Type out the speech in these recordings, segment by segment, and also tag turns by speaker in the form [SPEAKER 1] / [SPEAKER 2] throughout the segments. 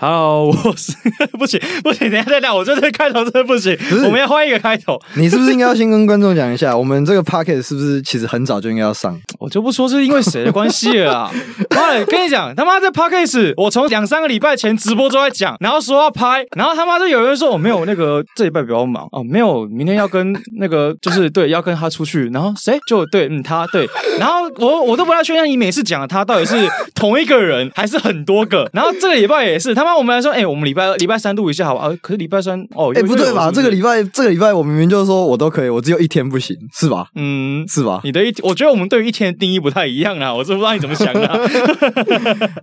[SPEAKER 1] Hello，我是 不行不行，等一下等一下，我这次开头真的不行，
[SPEAKER 2] 是
[SPEAKER 1] 我们要换一个开头。
[SPEAKER 2] 你是不是应该要先跟观众讲一下， 我们这个 pocket 是不是其实很早就应该要上？
[SPEAKER 1] 我就不说是因为谁的关系了啊！妈的，跟你讲，他妈这 podcast，我从两三个礼拜前直播都在讲，然后说要拍，然后他妈就有人说我、哦没有那个这礼拜比较忙哦，没有明天要跟那个就是对要跟他出去，然后谁就对嗯他对，然后我我都不太确定你每次讲的他到底是同一个人还是很多个，然后这个礼拜也是他妈我们来说，哎、我们礼拜礼拜三录一下好吧？啊，可是礼拜三哦，
[SPEAKER 2] 哎、不对吧？这个
[SPEAKER 1] 礼
[SPEAKER 2] 礼拜这个礼拜我明明就说我都可以，我只有一天不行，是吧？
[SPEAKER 1] 嗯。
[SPEAKER 2] 是吧？
[SPEAKER 1] 你的一，我觉得我们对于一天的定义不太一样啊，我是不知道你怎么想的啊、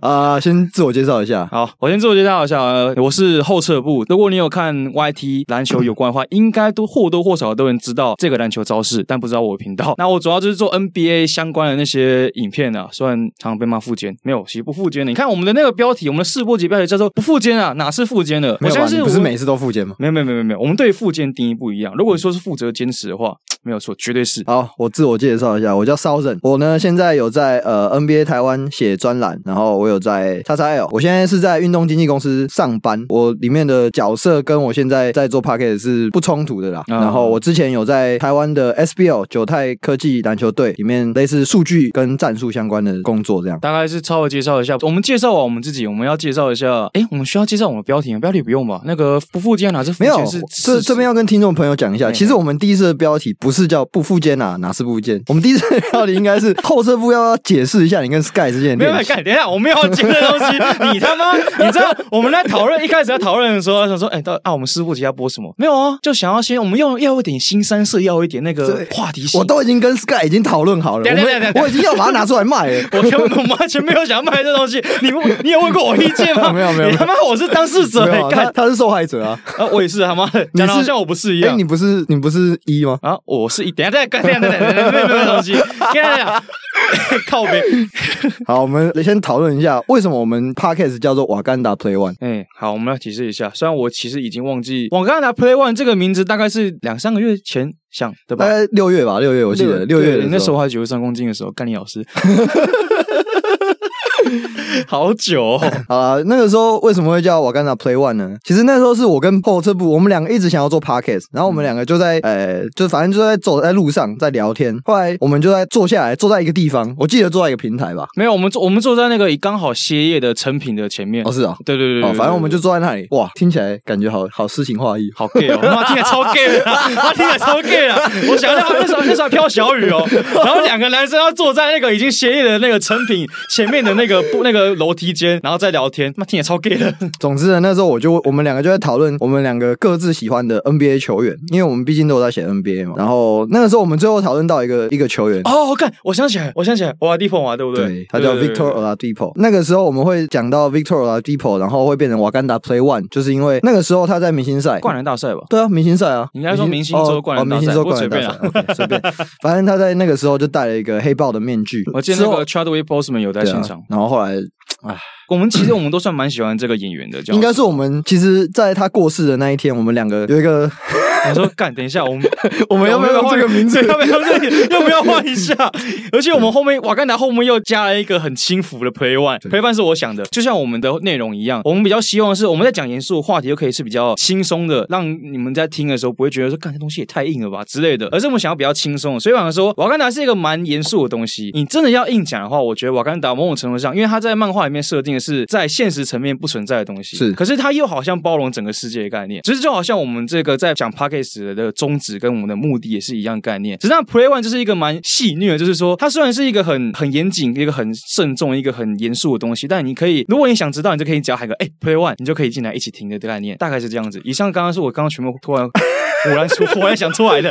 [SPEAKER 2] 啊、先自我介绍一下。
[SPEAKER 1] 好，我先自我介绍一下，呃我是后撤步。如果你有看 YT 篮球有关的话，应该都或多或少都能知道这个篮球招式，但不知道我的频 道。那我主要就是做 NBA 相关的那些影片啊，虽然常常被骂附肩，没有，其实不附肩的。你看我们的那个标题，我们的试播集标题叫做“不附肩啊，哪是附肩的”。
[SPEAKER 2] 没
[SPEAKER 1] 我
[SPEAKER 2] 有
[SPEAKER 1] 相
[SPEAKER 2] 吧？你
[SPEAKER 1] 信
[SPEAKER 2] 不是
[SPEAKER 1] 我
[SPEAKER 2] 每次都复健吗？
[SPEAKER 1] 没有没有没有没有，我们对附肩定义不一样。如果说是负责坚持的话，没有错，绝对是。
[SPEAKER 2] 好，我自我介绍一下，我叫骚人，我呢现在有在呃 NBA 台湾写专栏，然后我有在叉叉 L，我现在是在运动经纪公司上班，我里面的角色跟我现在在做 p a c k e t 是不冲突的啦。
[SPEAKER 1] 啊
[SPEAKER 2] 然后我之前有在台湾的 SBL 九泰科技篮球队里面类似数据跟战术相关的工作这样。
[SPEAKER 1] 大概是稍微介绍一下，我们介绍完我们自己，我们要介绍一下，诶，我们需要介绍我们的标题吗？标题不用吧？那个不附肩哪是附
[SPEAKER 2] 没有
[SPEAKER 1] 肩是，
[SPEAKER 2] 这
[SPEAKER 1] 是
[SPEAKER 2] 这边要跟听众朋友讲一下，
[SPEAKER 1] 哎
[SPEAKER 2] 其实我们第一次的标题不是叫不附件啊，哪是不附件？我们第一次的标题应该是后撤步要解释一下你跟 Sky 之间
[SPEAKER 1] 没
[SPEAKER 2] 的
[SPEAKER 1] 有，啊没有
[SPEAKER 2] 恋情。
[SPEAKER 1] 干，等一下，我没有要接这 东西。你他妈，你知道我们在讨论一开始在讨论的时候，想说，哎、到啊，我们师傅节要播什么？没有啊，就想要先，我们要要一点新三色，要一点那个
[SPEAKER 2] 对
[SPEAKER 1] 话题性。
[SPEAKER 2] 我都已经跟 Sky 已经讨论好了，
[SPEAKER 1] 等
[SPEAKER 2] 我
[SPEAKER 1] 一下等一下等
[SPEAKER 2] 们
[SPEAKER 1] 一下。
[SPEAKER 2] 我已经要把它拿出来卖了
[SPEAKER 1] 我根本我完全没有想卖这东西，你不你有问过我意见吗？
[SPEAKER 2] 没有没有没有
[SPEAKER 1] 你他妈我是当事者、
[SPEAKER 2] 没
[SPEAKER 1] 欸
[SPEAKER 2] 有，，他
[SPEAKER 1] 干，
[SPEAKER 2] 他是受害者啊！
[SPEAKER 1] 啊，我也是他妈的， 讲的好像我不是一样。
[SPEAKER 2] 哎，你不是你不是一吗？
[SPEAKER 1] 啊，我是一等一下再干，等一下等一下等一下没有没有没有 东西，跟大家靠边。
[SPEAKER 2] 好，我们先讨论一下为什么我们 Podcast 叫做瓦干达 Play One。
[SPEAKER 1] 哎、好，我们要提示一下，虽然我其实已经忘记我刚才拿 Play One 这个名字，大概是两三个月前想的吧
[SPEAKER 2] 大。概六月吧，六月我记得六月
[SPEAKER 1] 对
[SPEAKER 2] 的
[SPEAKER 1] 那时
[SPEAKER 2] 时
[SPEAKER 1] 候
[SPEAKER 2] 候，
[SPEAKER 1] 还九十三公斤的时候，干你老师， 好久、哦。
[SPEAKER 2] 好啦，那个时候为什么会叫瓦干达 Play One 呢？其实那时候是我跟 Paul 这部，我们两个一直想要做 Podcast，然后我们
[SPEAKER 1] 嗯
[SPEAKER 2] 两个就在呃，就反正就在走在路上在聊天，后来我们就在坐下来，坐在一个地方，我记得坐在一个平台吧，
[SPEAKER 1] 没有，我们坐我们坐在那个刚好歇业的成品的前面。
[SPEAKER 2] 哦是啊，
[SPEAKER 1] 对对对
[SPEAKER 2] 哦
[SPEAKER 1] 对，，
[SPEAKER 2] 反正我们
[SPEAKER 1] 就
[SPEAKER 2] 就坐在那里，哇，听起来感觉好好诗情画意。
[SPEAKER 1] 好 gay 哦，他妈听起来超 gay 的啊，他听起来超 gay 的啊。我想到那时候那时候还飘小雨哦，然后两个男生要坐在那个已经歇业的那个成品前面的那个不那个楼梯间，然后再聊天，妈听起来超 gay 的。
[SPEAKER 2] 总之呢，那时候我就我们两个就在讨论我们两个各自喜欢的 NBA 球员，因为我们毕竟都有在写 NBA 嘛。然后那个时候我们最后讨论到一个一个球员。
[SPEAKER 1] 哦，看，我想起来，我想起来，瓦蒂凤娃，对不对？
[SPEAKER 2] 他叫
[SPEAKER 1] 对对对
[SPEAKER 2] Victor Oladipo。那个时候我们会讲到 Victor Oladipo，然后会变成瓦干达 Play One，就是因为那个时候他在明星赛
[SPEAKER 1] 灌篮大赛吧。
[SPEAKER 2] 对啊，明星赛啊，
[SPEAKER 1] 应该说明星周冠
[SPEAKER 2] 哦哦
[SPEAKER 1] 篮大
[SPEAKER 2] 明
[SPEAKER 1] 赛
[SPEAKER 2] 星周
[SPEAKER 1] 不过
[SPEAKER 2] 冠篮大
[SPEAKER 1] 随
[SPEAKER 2] 赛
[SPEAKER 1] 啊
[SPEAKER 2] OK，随便。反正他在那个时候就戴了一个黑豹的面具，
[SPEAKER 1] 我记得那个 Chadwick Boseman 有在
[SPEAKER 2] 对
[SPEAKER 1] 现
[SPEAKER 2] 啊
[SPEAKER 1] 场。，
[SPEAKER 2] 然后后来
[SPEAKER 1] 我们其实我们都算蛮喜欢这个演员的，这样
[SPEAKER 2] 应该是我们其实，在他过世的那一天，我们两个有 一个，
[SPEAKER 1] 我说干，等一下，我们
[SPEAKER 2] 我们要不要用
[SPEAKER 1] 换
[SPEAKER 2] 这个名字
[SPEAKER 1] 对要不要用这个？要不要换一下？而且我们后面瓦干达后面又加了一个很轻浮的 play one，play one 是我想的，就像我们的内容一样，我们比较希望是我们在讲严肃的话题，又可以是比较轻松的，让你们在听的时候不会觉得说干这东西也太硬了吧之类的，而是我们想要比较轻松的。所以反而说瓦干达是一个蛮严肃的东西，你真的要硬讲的话，我觉得瓦干达某种程度上，因为他在漫画里面设定的是在现实层面不存在的东西，
[SPEAKER 2] 是
[SPEAKER 1] 可是它又好像包容整个世界的概念，其实就好像我们这个在讲 podcast 的宗旨跟我们的目的也是一样的概念。只是那 play one 就是一个蛮戏谑的，就是说它虽然是一个很很严谨、一个很慎重、一个很严肃的东西，但你可以，如果你想知道，你就可以只要喊个哎、play one，你就可以进来一起听的概念，大概是这样子。以上刚刚是我刚刚全部突然 忽然出忽然想出来的。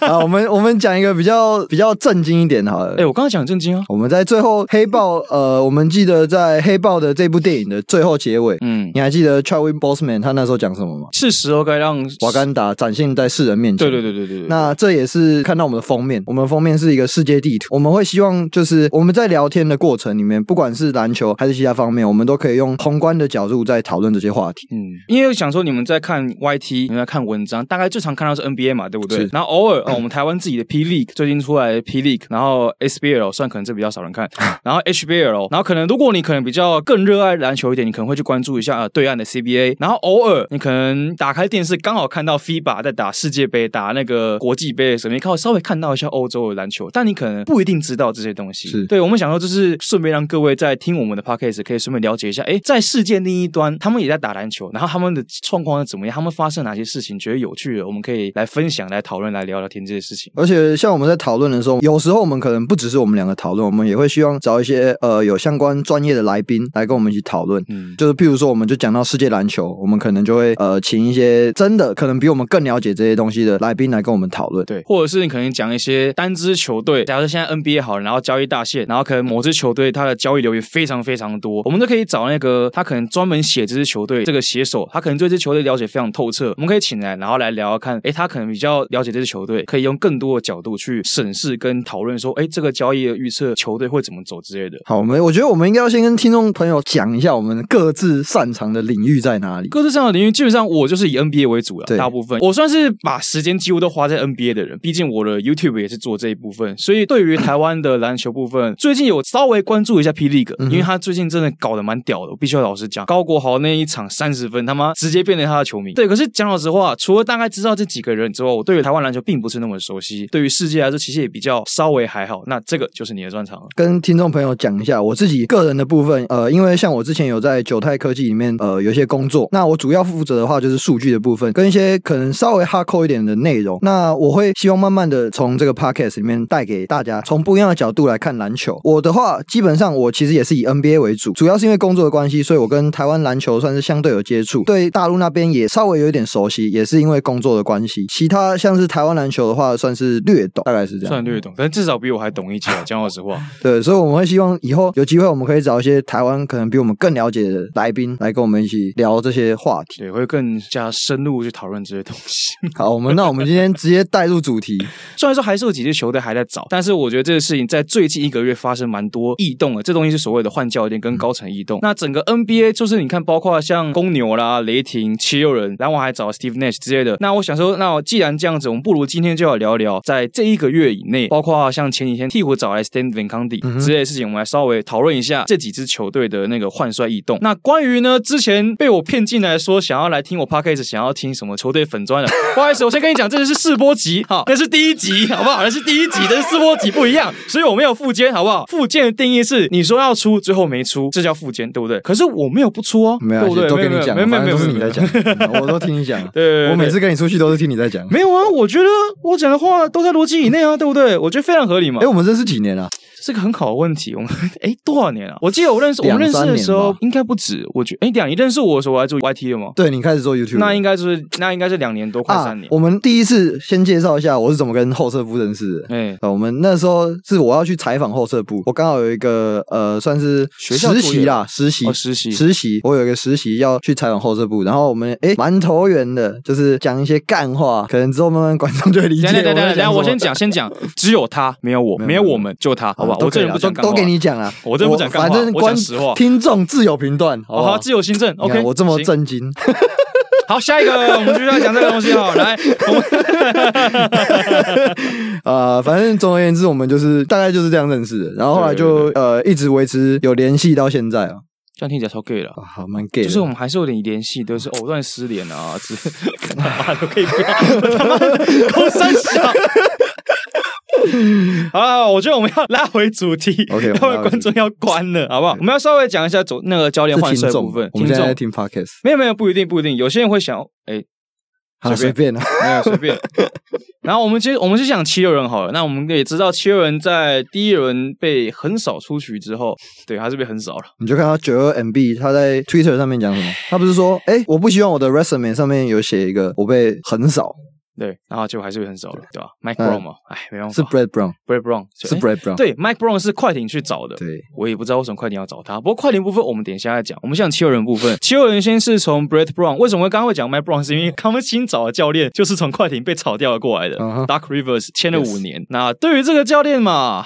[SPEAKER 2] 啊，我们我们讲一个比较比较震惊一点好了。
[SPEAKER 1] 哎、我刚刚讲很震惊啊，
[SPEAKER 2] 我们在最后黑豹，呃，我们记得在黑豹的这部电影的最后结尾，
[SPEAKER 1] 嗯，
[SPEAKER 2] 你还记得 Chadwick Boseman 他那时候讲什么吗？
[SPEAKER 1] 是时候该让
[SPEAKER 2] 瓦干达展现在世人面前。
[SPEAKER 1] 对对对对对对，
[SPEAKER 2] 那这也是看到我们的封面，我们封面是一个世界地图。我们会希望就是我们在聊天的过程里面，不管是篮球还是其他方面，我们都可以用宏观的角度在讨论这些话题。
[SPEAKER 1] 嗯，因为想说你们在看 YT，你们在看文章，大概最常看到是 NBA 嘛，对不对
[SPEAKER 2] 是？
[SPEAKER 1] 然后偶尔哦，我们台湾自己的 P League 最近出来的 P League，然后 SBL 算可能这比较少人看，然后 HBL，然后可能如果你可能比较更热爱篮球一点，你可能会去关注一下、呃、对岸的 CBA，然后偶尔你可能打开电视刚好看到 FIBA 在打世界杯、打那个国际杯的时候，你靠稍微看到一下欧洲的篮球，但你可能不一定知道这些东西。
[SPEAKER 2] 是
[SPEAKER 1] 对我们想说，就是顺便让各位在听我们的 podcast 可以顺便了解一下，哎，在世界另一端他们也在打篮球，然后他们的状况是怎么样，他们发生哪些事情，觉得有趣的，我们可以来分享、来讨论、来聊聊天这些事情。
[SPEAKER 2] 而且像我们在讨论的时候，有时候我们可能不只是我们两个讨论，我们也会希望找一些呃有相关专业的来宾来跟我们一起讨论。
[SPEAKER 1] 嗯，
[SPEAKER 2] 就是譬如说，我们就讲到世界篮球，我们可能就会呃请一些真的可能比我们更了解这些东西的来宾来跟我们讨论。
[SPEAKER 1] 对，或者是你可能讲一些单支球队，假如现在 NBA 好了，然后交易大限，然后可能某支球队它的交易流也非常非常多，我们就可以找那个他可能专门写这支球队这个写手，他可能对这支球队了解非常透彻，我们可以请来，然后来聊聊看，诶，他可能比较了解这支球队，可以用更多的角度去审视跟讨论说，诶，这个交易的预测球队会怎么走之类的。
[SPEAKER 2] 好，我们我觉得我们应该要先跟听众朋友讲一下我们各自擅长的领域在哪里。
[SPEAKER 1] 各自擅长的领域，基本上我就是以 NBA 为主了，
[SPEAKER 2] 对
[SPEAKER 1] 大部分我算是把时间几乎都花在 NBA 的人，毕竟我的 YouTube 也是做这一部分，所以对于台湾的篮球部分， 最近有稍微关注一下 P League，、因为他最近真的搞得蛮屌的，我必须要老实讲，高国豪那一场三十分，他妈直接变成他的球迷。对，可是讲老实话，除了大概知道这几个人之外，我对于台湾篮球并不是那么熟悉，对于世界来说其实也比较稍微还好。那这个就是你的专长了，
[SPEAKER 2] 跟听众朋友讲一下我自己个人的部分，呃，因为像我之前有在九泰科技里面，呃，有一些工作，那我主要负责的话就是数据的部分，跟一些可能稍微 hardcore 一点的内容。那我会希望慢慢的从这个 podcast 里面带给大家，从不一样的角度来看篮球。我的话，基本上我其实也是以 NBA 为主，主要是因为工作的关系，所以我跟台湾篮球算是相对有接触，对大陆那边也稍微有一点熟悉，也是因为工作的关系。其他像是台湾篮球的话，算是略懂，大概是这样。
[SPEAKER 1] 算略懂，但至少比我还懂一些啊。讲老实话，
[SPEAKER 2] 对，所以我们会希望以后有机会，我们可以找一些台湾可能比我们更了解的来宾来跟我们一起聊这些话 题。
[SPEAKER 1] 对，会更加深入去讨论这些东西。
[SPEAKER 2] 好，我们那我们今天直接带入主题。
[SPEAKER 1] 虽然说还是有几支球队还在找，但是我觉得这个事情在最近一个月发生蛮多异动的。这东西是所谓的换教练跟高层异动。那整个 NBA 就是你看，包括像公牛啦、雷霆、七六人，篮网还找 Steve Nash 之类的。那我想说，那既然这样子，我们不如今天就要聊聊在这一个月以内，包括像前几天鹈鹕找来 Stan Van Gundy 之类的事情，我们来稍微讨论一下这几支球队的那个换帅异动。那关于呢之前被我骗进来说想要来听我 podcast，想要听什么球队粉砖的， 不好意思，我先跟你讲，这个是试播集，哈，那是第一集，好不好？那是第一集，这是试播集不一 样，所以我没有附件，好不好？附件的定义是你说要出，最后没出，这叫附件，对不对？可是我没有不出哦，
[SPEAKER 2] 没有
[SPEAKER 1] 对不
[SPEAKER 2] 啊，
[SPEAKER 1] 对？
[SPEAKER 2] 都跟你讲
[SPEAKER 1] 没有
[SPEAKER 2] 了，
[SPEAKER 1] 没有没有
[SPEAKER 2] 反正都是
[SPEAKER 1] 没有
[SPEAKER 2] 你在讲，嗯 我都听你讲。
[SPEAKER 1] 对对对
[SPEAKER 2] 我每次跟你出去都是听你在讲。
[SPEAKER 1] 没有啊，我觉得我讲的话都在逻辑以内啊，对不对？我觉得非常合理嘛
[SPEAKER 2] 哎，。我们认识几年了？
[SPEAKER 1] 这个很好的问题，我们 哎多少年啊？我记得我认识我
[SPEAKER 2] 两
[SPEAKER 1] 们认识
[SPEAKER 2] 三
[SPEAKER 1] 的
[SPEAKER 2] 年
[SPEAKER 1] 时候
[SPEAKER 2] 吧
[SPEAKER 1] 应该不止，我觉哎两你认识我的时候我还做 YT 了吗？
[SPEAKER 2] 对你开始做 YouTube，
[SPEAKER 1] 那应该就是那应该是两年多快
[SPEAKER 2] 啊
[SPEAKER 1] 三年，，
[SPEAKER 2] 我们第一次先介绍一下我是怎么跟后撤部认识的。
[SPEAKER 1] 哎、
[SPEAKER 2] 呃，我们那时候是我要去采访后撤部，我刚好有一个呃，算是
[SPEAKER 1] 学校
[SPEAKER 2] 实
[SPEAKER 1] 作业
[SPEAKER 2] 习啦，实习
[SPEAKER 1] 哦实习
[SPEAKER 2] 实习，我有一个实习要去采访后撤部，然后我们诶蛮投缘的，就是讲一些干话，可能之后慢慢观众就会理解。
[SPEAKER 1] 等一下等一下等一下，等一
[SPEAKER 2] 们在
[SPEAKER 1] 下
[SPEAKER 2] 什么
[SPEAKER 1] 我先， 讲，先讲，只有他，没有我，
[SPEAKER 2] 没有
[SPEAKER 1] 没有
[SPEAKER 2] 没有
[SPEAKER 1] 我们，就他，好不好？
[SPEAKER 2] 都
[SPEAKER 1] 我这
[SPEAKER 2] 可以
[SPEAKER 1] 人
[SPEAKER 2] 啦
[SPEAKER 1] 不讲干话，
[SPEAKER 2] 都给你讲啊，
[SPEAKER 1] 我这人不讲干话
[SPEAKER 2] 反正
[SPEAKER 1] 我
[SPEAKER 2] 观
[SPEAKER 1] 讲实话哦
[SPEAKER 2] 听众自有评断，好
[SPEAKER 1] 好
[SPEAKER 2] 不
[SPEAKER 1] 好，自由新政
[SPEAKER 2] 哦你
[SPEAKER 1] ，OK，
[SPEAKER 2] 看我这么
[SPEAKER 1] 行
[SPEAKER 2] 震惊，
[SPEAKER 1] 好，下一个我们就要讲这个东西哦，来，我们
[SPEAKER 2] 呃，反正总而言之，我们就是大概就是这样认识的，然后后来就
[SPEAKER 1] 对
[SPEAKER 2] 呃一直维持有联系到现在啊，
[SPEAKER 1] 这样听起来超 gay 了
[SPEAKER 2] 啊。好蛮 gay，
[SPEAKER 1] 就
[SPEAKER 2] 的
[SPEAKER 1] 是我们还是有点联系，都是哦藕断丝连啊， 只 他妈的可以不要，我他妈的勾三小。好了，我觉得我们要拉回主题
[SPEAKER 2] OK，我们拉回主
[SPEAKER 1] 各位
[SPEAKER 2] 题
[SPEAKER 1] 观 众要关了，好不好？我们要稍微讲一下走那个教练换
[SPEAKER 2] 是
[SPEAKER 1] 帅
[SPEAKER 2] 听
[SPEAKER 1] 的
[SPEAKER 2] 众
[SPEAKER 1] 部分，
[SPEAKER 2] 我们现在在听 podcast，
[SPEAKER 1] 没有没有不一定不一定，有些人会想，哎、
[SPEAKER 2] 好随
[SPEAKER 1] 随
[SPEAKER 2] 便啊，
[SPEAKER 1] 没有随便。然后我们其实 我们是讲七六人好了，那我们也知道七六人在第一轮被横扫出局之后，对，还是被横扫了。
[SPEAKER 2] 你就看到九二 MB 他在 Twitter 上面讲什么，他不是说，哎、我不希望我的 resume 上面有写一个我被横扫，
[SPEAKER 1] 对，然后结果还是被横扫了，对吧？Mike
[SPEAKER 2] 嗯
[SPEAKER 1] Brown 嘛，哎、没办法，
[SPEAKER 2] 是 Brad Brown，
[SPEAKER 1] Brad Brown，
[SPEAKER 2] 是
[SPEAKER 1] 哎
[SPEAKER 2] Brad Brown，
[SPEAKER 1] 对，Mike Brown 是快艇去找的。
[SPEAKER 2] 对
[SPEAKER 1] 我也不知道为什么快艇要找他。不过快艇部分我们等一下再讲，我们先讲七六人部分。七六人先是从 Brett Brown，为什么会刚刚会讲 Mike Brown，是因为他们新找的教练就是从快艇被炒掉了过来的、
[SPEAKER 2] 嗯哼
[SPEAKER 1] d a r k Rivers 签了
[SPEAKER 2] Yes
[SPEAKER 1] 五年。那对于这个教练嘛。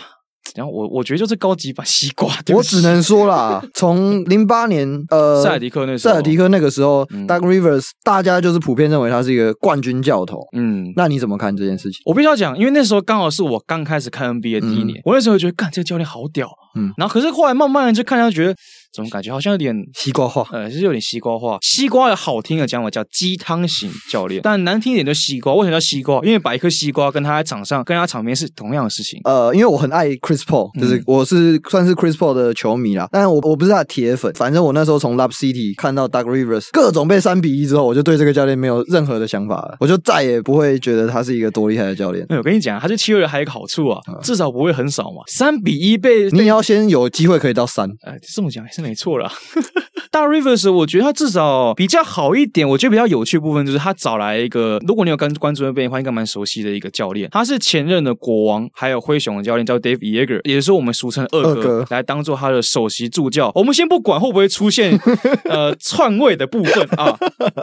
[SPEAKER 1] 然后我我觉得就是高级版西瓜，对不
[SPEAKER 2] 我
[SPEAKER 1] 起
[SPEAKER 2] 只能说 啦，从零八年呃
[SPEAKER 1] 塞尔迪克那时
[SPEAKER 2] 塞
[SPEAKER 1] 候，
[SPEAKER 2] 尔迪克那个时候、
[SPEAKER 1] 嗯
[SPEAKER 2] d o u g Rivers 大家就是普遍认为他是一个冠军教头。
[SPEAKER 1] 嗯。
[SPEAKER 2] 那你怎么看这件事情？
[SPEAKER 1] 我必须要讲，因为那时候刚好是我刚开始看 NBA 的第一年，我那时候觉得，干这个教练好屌，
[SPEAKER 2] 嗯
[SPEAKER 1] 嗯。然后可是后来慢慢的就看他，觉得怎么感觉好像有点
[SPEAKER 2] 西瓜化，
[SPEAKER 1] 呃，是有点西瓜化。西瓜有好听的讲法叫鸡汤型教练，但难听一点就西瓜。为什么叫西瓜？因为把一颗西瓜跟他在场上跟他场边是同样的事情。
[SPEAKER 2] 呃，因为我很爱 Chris Paul，就是
[SPEAKER 1] 嗯
[SPEAKER 2] 我是算是 Chris Paul 的球迷啦，但是我我不是他的铁粉。反正我那时候从 Love City 看到 Doug Rivers 各种被三比一之后，我就对这个教练没有任何的想法了，我就再也不会觉得他是一个多厉害的教练。
[SPEAKER 1] 那我跟你讲，他去七六人还有一个好处啊，至少不会很少嘛。三比一被
[SPEAKER 2] 你也要先有机会可以到三，
[SPEAKER 1] 呃，这么讲也是没错啦。大 Rivers，我觉得他至少比较好一点。我觉得比较有趣的部分就是他找来一个，如果你有跟关注 NBA 的话，应该蛮熟悉的一个教练，他是前任的国王，还有灰熊的教练叫 Dave Yeager，也就是我们俗称的二
[SPEAKER 2] 二哥
[SPEAKER 1] 哥，来当做他的首席助教。我们先不管会不会出 现呃篡位的部分啊，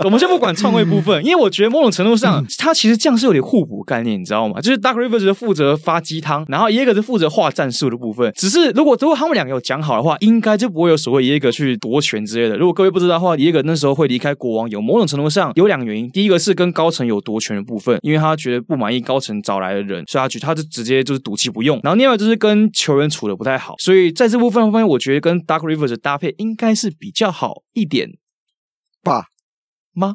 [SPEAKER 1] 我们先不管篡位部分，因为我觉得某种程度上，他其实这样是有点互补概念，你知道吗？就是 Dark Rivers 是负责发鸡汤，然后耶格是负责画战术的部分。只是如果如果他们两个有讲好的话，应该就不会有所谓耶格去夺权之类的。如果各位不知道的话，耶格那时候会离开国王，有某种程度上有两个原因，第一个是跟高层有夺权的部分，因为他觉得不满意高层找来的人，所以他觉他就直接就是赌气不用。然后另外就是跟球员处的不太好，所以在这部分方面，我觉得跟 Dark Rivers 的搭配应该是比较好一点
[SPEAKER 2] 吧
[SPEAKER 1] 吗？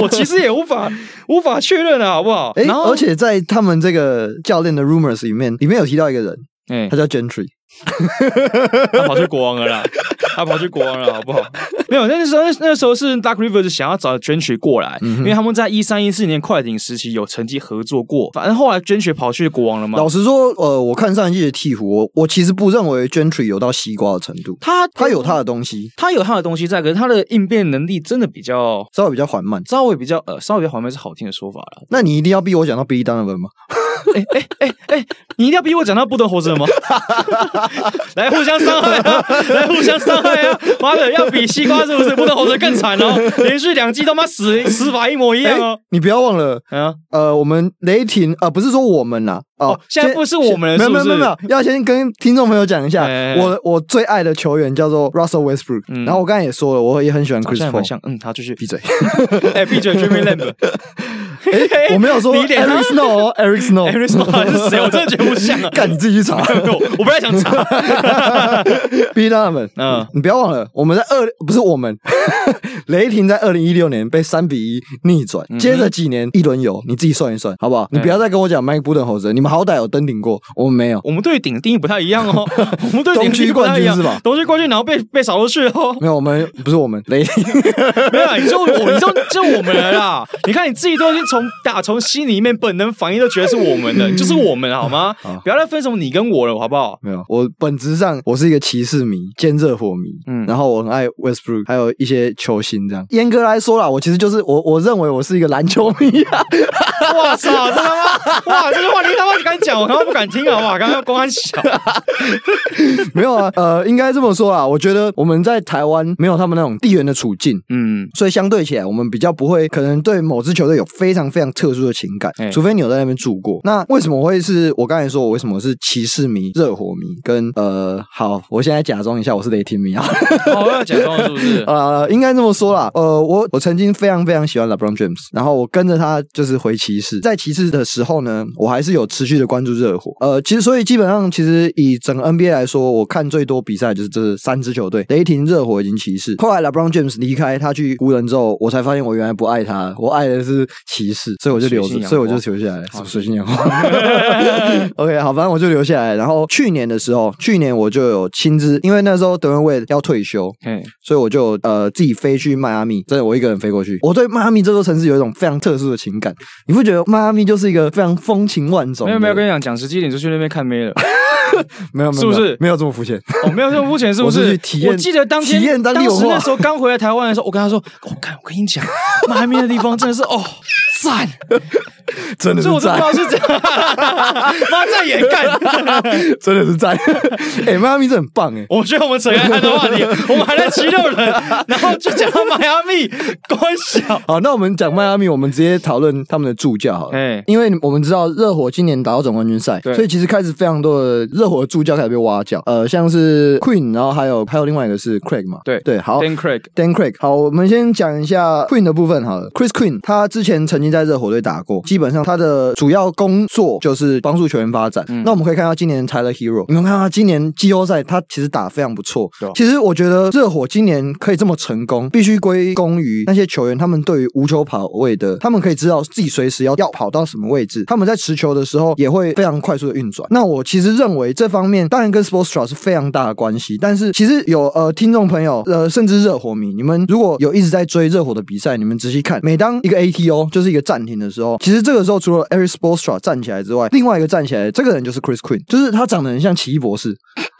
[SPEAKER 1] 我其实也无法无法确认啊，好不好？
[SPEAKER 2] 诶，
[SPEAKER 1] 然后
[SPEAKER 2] 而且在他们这个教练的 rumors 里面，里面有提到一个人，
[SPEAKER 1] 哎、
[SPEAKER 2] 他叫 Gentry，
[SPEAKER 1] 他跑去国王了 啦，他跑去国王了，好不好？没有，那时候那那时候是 Dark Rivers 想要找 g e n t r y 过来，
[SPEAKER 2] 嗯哼
[SPEAKER 1] 因为他们在一三一四年快艇时期有成绩合作过，反正后来 g e n t r y 跑去国王了嘛
[SPEAKER 2] 老。实说，呃，我看上一季的鹈鹕，我我其实不认为 Gentry 有到西瓜的程度，
[SPEAKER 1] 他
[SPEAKER 2] 他有他的东西，
[SPEAKER 1] 他有他的东西在，可是他的应变能力真的比较
[SPEAKER 2] 稍微比较缓慢。
[SPEAKER 1] 稍微比较呃稍微比较缓慢是好听的说法 了。
[SPEAKER 2] 那你一定要逼我讲到 Billy Donovan 吗？
[SPEAKER 1] 你一定要逼我讲到不得活 着吗？来互相伤害啊！来互相伤害啊！妈的，要比西瓜是不是不得活着更惨哦？连续两季他妈死死法一模一样哦！
[SPEAKER 2] 哎你不要忘了，
[SPEAKER 1] 啊，
[SPEAKER 2] 呃，我们雷霆啊、呃不是说我们啦，哦
[SPEAKER 1] 哦现在
[SPEAKER 2] 先
[SPEAKER 1] 不是我们了
[SPEAKER 2] 没有
[SPEAKER 1] 是不
[SPEAKER 2] 没有
[SPEAKER 1] 是
[SPEAKER 2] 没有没有，要先跟听众朋友讲一下，
[SPEAKER 1] 哎
[SPEAKER 2] 我我最爱的球员叫做 Russell Westbrook，、
[SPEAKER 1] 嗯
[SPEAKER 2] 然后我刚才也说了，我也很喜欢
[SPEAKER 1] 好
[SPEAKER 2] Chris
[SPEAKER 1] 像也
[SPEAKER 2] Paul，
[SPEAKER 1] 蛮像，嗯，好，继续。
[SPEAKER 2] 闭嘴，
[SPEAKER 1] 哎，闭嘴，Jimmy Lamb。
[SPEAKER 2] 我没有说
[SPEAKER 1] 你脸
[SPEAKER 2] Eric Snow 哦 Eric Snow
[SPEAKER 1] Eric Snow 是谁？我真的觉得不像啊！
[SPEAKER 2] 干你自己去查
[SPEAKER 1] 没有，我不太想查。
[SPEAKER 2] 逼他们。嗯
[SPEAKER 1] 嗯，
[SPEAKER 2] 你不要忘了，我们在二不是我们， 雷霆在二零一六年被三比一逆转，
[SPEAKER 1] 嗯
[SPEAKER 2] 接着几年一轮游，你自己算一算，好不好？你不
[SPEAKER 1] 哎
[SPEAKER 2] 要再跟我讲 Mike Budenholzer，你们好歹有登顶过，我们没有。
[SPEAKER 1] 我们对顶的定义不太一样 哦，我们对顶的定义不太一样
[SPEAKER 2] 东区冠军是吧
[SPEAKER 1] 东区冠军，然后被被扫出去 哦。
[SPEAKER 2] 没有，我们不是我们雷霆，
[SPEAKER 1] 没有啦，啊你就我，你就就我们了啦。你看你自己都已经从打从心里面本能反应都觉得是我们的，你就是我们好吗
[SPEAKER 2] 好？
[SPEAKER 1] 不要再分什么你跟我了，好不好？
[SPEAKER 2] 没有。我本质上我是一个骑士迷兼热火迷，嗯，
[SPEAKER 1] 嗯
[SPEAKER 2] 然后我很爱 Westbrook，还有一些球星这样。严格来说啦，我其实就是我，我认为我是一个篮球迷啊。
[SPEAKER 1] 哇操，这他妈，哇，这句话你他妈敢讲，我他妈不敢听好不好？刚刚公安小，
[SPEAKER 2] 没有啊，呃，应该这么说啦。我觉得我们在台湾没有他们那种地缘的处境，
[SPEAKER 1] 嗯，
[SPEAKER 2] 所以相对起来，我们比较不会可能对某支球队有非常非常特殊的情感，
[SPEAKER 1] 哎
[SPEAKER 2] 除非你有在那边住过。那为什么会是我刚才说我为什么是骑士迷、热火迷跟呃，好，我现在假装一下我是雷霆迷啊，
[SPEAKER 1] 哦，要假装是不 是？
[SPEAKER 2] 呃，应该这么说啦，呃，我我曾经非常非常喜欢 LeBron James，然后我跟着他就是回骑士，在骑士的时候呢，我还是有持续的关注热火。呃，其实所以基本上其实以整个 NBA 来说，我看最多比赛就是这三支球队：雷霆、热火以及骑士。后来 LeBron James 离开他去湖人之后，我才发现我原来不爱他，我爱的是骑士，所以我就留
[SPEAKER 1] 水性
[SPEAKER 2] 着，
[SPEAKER 1] 杨
[SPEAKER 2] 所以我就
[SPEAKER 1] 花
[SPEAKER 2] 留下来，什么水性杨花。OK，好， 反正我就留下来。然后去年的时候，去年我就有亲自，因为那时候德文卫要退休，
[SPEAKER 1] 嘿，
[SPEAKER 2] 所以我就呃自己飞去迈阿密，真的我一个人飞过去。我对迈阿密这座城市有一种非常特殊的情感，你不觉得迈阿密就是一个非常风情万种
[SPEAKER 1] 没
[SPEAKER 2] 的？
[SPEAKER 1] 有没有，跟你讲，讲实际一点，就去那边看妹了。
[SPEAKER 2] 没有没有，
[SPEAKER 1] 是不是
[SPEAKER 2] 没有没有这么肤浅？
[SPEAKER 1] 哦，没有这么肤浅，是不
[SPEAKER 2] 我是
[SPEAKER 1] 是
[SPEAKER 2] 去？体验
[SPEAKER 1] 我记得当天
[SPEAKER 2] 体验当地
[SPEAKER 1] 当时
[SPEAKER 2] 文化
[SPEAKER 1] 那时候刚回来台哦湾的时候，我跟他说：“我、看，我跟你讲，迈阿密的地方真的是哦，赞！
[SPEAKER 2] 真的
[SPEAKER 1] 所以
[SPEAKER 2] 是
[SPEAKER 1] 我都不
[SPEAKER 2] 赞
[SPEAKER 1] 知，道是这样，妈在演干。
[SPEAKER 2] 真的是赞。哎，迈阿密这很棒哎，
[SPEAKER 1] 我觉得我们扯开他的话题，我们还在七六人，然后就讲到迈阿密，关小。
[SPEAKER 2] 好，那我们讲迈阿密，我们直接讨论他们的助教好了。
[SPEAKER 1] 哎
[SPEAKER 2] 因为我们知道热火今年打到总冠军赛，
[SPEAKER 1] 对
[SPEAKER 2] 所以其实开始非常多的热火的助教开始被挖角，呃，像是 Queen，然后还有还有另外一个是 Craig 嘛，
[SPEAKER 1] 对
[SPEAKER 2] 对，好。
[SPEAKER 1] Dan Craig，
[SPEAKER 2] Dan Craig，好，我们先讲一下 Queen 的部分好了。Chris Queen 他之前曾经在热火队打过，基本上他的主要工作就是帮助球员发展。
[SPEAKER 1] 嗯
[SPEAKER 2] 那我们可以看到今年 Tyler Hero，你们看到他今年季后赛他其实打得非常不错
[SPEAKER 1] 对啊。
[SPEAKER 2] 其实我觉得热火今年可以这么成功，必须归功于那些球员，他们对于无球跑位的，他们可以知道自己随时要要跑到什么位置，他们在持球的时候也会非常快速的运转。那我其实认为这方面当然跟 Sportstra 是非常大的关系，但是其实有呃听众朋友呃甚至热火迷，你们如果有一直在追热火的比赛，你们仔细看，每当一个 ATO 就是一个暂停的时候，其实这个时候除了 Eric Sportstra 站起来之外，另外一个站起来这个人就是 Chris Quinn，就是他长得很像奇异博士。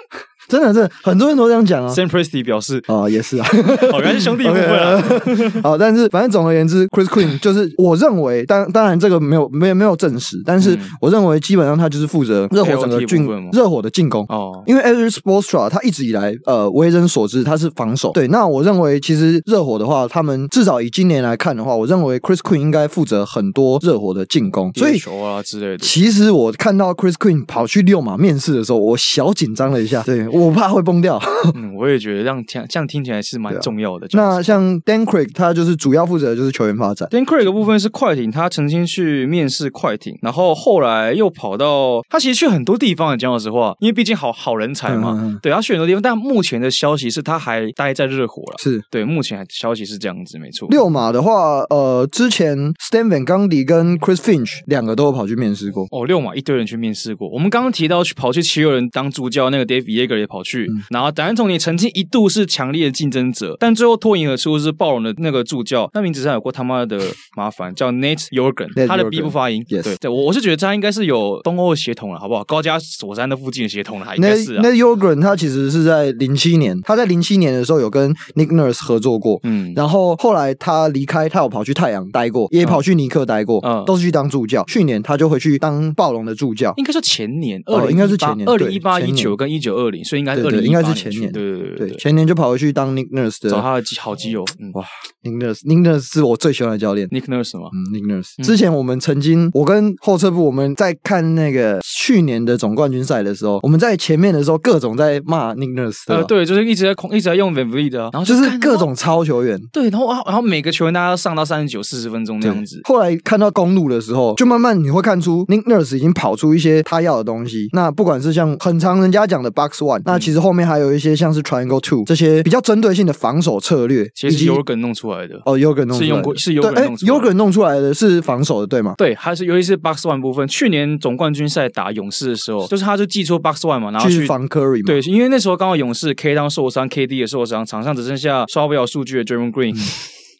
[SPEAKER 2] 真的，真的，很多人都这样讲啊。
[SPEAKER 1] Sam Presti 表示，
[SPEAKER 2] 啊、也是啊。
[SPEAKER 1] 哦，原来是兄弟部分啊。
[SPEAKER 2] 呃 好，但是反正总而言之，Chris Quinn 就是我认为，当当然这个没有没有没有证实，但是
[SPEAKER 1] 嗯
[SPEAKER 2] 我认为基本上他就是负责热火
[SPEAKER 1] AOT
[SPEAKER 2] 整个进
[SPEAKER 1] 部分吗
[SPEAKER 2] 热火的进攻。
[SPEAKER 1] 哦，
[SPEAKER 2] 因为 Eric Spoelstra 他一直以来，呃，为人所知他是防守。对，那我认为其实热火的话，他们至少以今年来看的话，我认为 Chris Quinn 应该负责很多热火的进攻。所
[SPEAKER 1] 接
[SPEAKER 2] 以
[SPEAKER 1] 球啊之类的。
[SPEAKER 2] 其实我看到 Chris Quinn 跑去六马面试的时候，我小紧张了一下，对我怕会崩掉。
[SPEAKER 1] 嗯，我也觉得这样听这样听起来是蛮
[SPEAKER 2] 对啊
[SPEAKER 1] 重要的。
[SPEAKER 2] 那像 Dan Craig 他就是主要负责的就是球员发展。
[SPEAKER 1] Dan Craig 的部分是快艇，他曾经去面试快艇，然后后来又跑到他其实去很多地方。讲老实话，因为毕竟好好人才嘛，
[SPEAKER 2] 嗯嗯嗯
[SPEAKER 1] 对，他去很多地方。但目前的消息是他还待在热火了。
[SPEAKER 2] 是，
[SPEAKER 1] 对，目前消息是这样子，没错。
[SPEAKER 2] 六马的话，呃，之前 Stan Van g a n d i 跟 Chris Finch 两个都有跑去面试过。
[SPEAKER 1] 哦，六马一堆人去面试过。我们刚刚提到去跑去七六人当助教，那个 Dave Yeager 也跑去，
[SPEAKER 2] 嗯
[SPEAKER 1] 然后丹尼曾经一度是强烈的竞争者，但最后脱颖而出是暴龙的那个助教，那名字上有过他妈的麻烦，叫 Nate Jorgen，
[SPEAKER 2] Nate
[SPEAKER 1] 他的 B
[SPEAKER 2] Jorgen
[SPEAKER 1] 不发音。
[SPEAKER 2] Yes
[SPEAKER 1] 对对，我我是觉得他应该是有东欧的血统了，好不好？高加索山的附近的血统了，应
[SPEAKER 2] 那
[SPEAKER 1] 该是啊
[SPEAKER 2] 那。Yorgen 他其实是在零七年，他在零七年的时候有跟 Nick Nurse 合作过，
[SPEAKER 1] 嗯，
[SPEAKER 2] 然后后来他离开，他有跑去太阳待过，也跑去尼克待过，
[SPEAKER 1] 嗯
[SPEAKER 2] 都是去当助教。去年他就回去当暴龙的助教。
[SPEAKER 1] 应该是前年，
[SPEAKER 2] 哦
[SPEAKER 1] 二零
[SPEAKER 2] 应该是前年
[SPEAKER 1] 二
[SPEAKER 2] 对
[SPEAKER 1] 零一八
[SPEAKER 2] 前
[SPEAKER 1] 一
[SPEAKER 2] 年
[SPEAKER 1] 九跟一九二零，所以应该是二
[SPEAKER 2] 对
[SPEAKER 1] 零
[SPEAKER 2] 对
[SPEAKER 1] 一
[SPEAKER 2] 应该是前年
[SPEAKER 1] 对对对
[SPEAKER 2] 对，前年就跑回去当 Nick Nurse 的
[SPEAKER 1] 找他的基好基友，嗯
[SPEAKER 2] 哇 Nick Nurse，Nick Nurse 是我最喜欢的教练。
[SPEAKER 1] ，Nick Nurse 吗？
[SPEAKER 2] 嗯，Nick Nurse。之前我们曾经，我跟后撤部我们在看那个去年的总冠军赛的时候，我们在前面的时候各种在骂 Nick Nurse，对
[SPEAKER 1] 呃，
[SPEAKER 2] 啊吧？
[SPEAKER 1] 对，就是一直在控，一直在用 Van v l i e 的，然后
[SPEAKER 2] 就
[SPEAKER 1] 看
[SPEAKER 2] 是
[SPEAKER 1] 他
[SPEAKER 2] 各种超球员。
[SPEAKER 1] 对，然后啊，然后每个球员大家都上到三十九、四十分钟那样子。
[SPEAKER 2] 后来看到公路的时候，就慢慢你会看出 Nick Nurse 已经跑出一些他要的东西。那不管是像很常人家讲的 Box One，那
[SPEAKER 1] 嗯
[SPEAKER 2] 其实后面还有一些像是 Triangle Two 这些比较针对性的防守策略，
[SPEAKER 1] 其
[SPEAKER 2] 以
[SPEAKER 1] 实
[SPEAKER 2] 及
[SPEAKER 1] 有梗弄出来的，
[SPEAKER 2] 哦 y o g e r 弄
[SPEAKER 1] 是
[SPEAKER 2] 出来
[SPEAKER 1] 用
[SPEAKER 2] 的
[SPEAKER 1] 过，是有
[SPEAKER 2] 对，
[SPEAKER 1] 梗
[SPEAKER 2] 哎
[SPEAKER 1] 弄出来
[SPEAKER 2] y o g e
[SPEAKER 1] 的。
[SPEAKER 2] r 弄出来的是防守的，对吗？
[SPEAKER 1] 对，还是尤其是 Box One 部分，去年总冠军赛打勇士的时候，就是他就寄出 Box One 嘛，然后
[SPEAKER 2] 去
[SPEAKER 1] 去。
[SPEAKER 2] 防 Curry 嘛，
[SPEAKER 1] 对，因为那时候刚好勇士 K 当受伤，KD 也受伤，场上只剩下刷不了数据的 d r a m o n Green
[SPEAKER 2] 嗯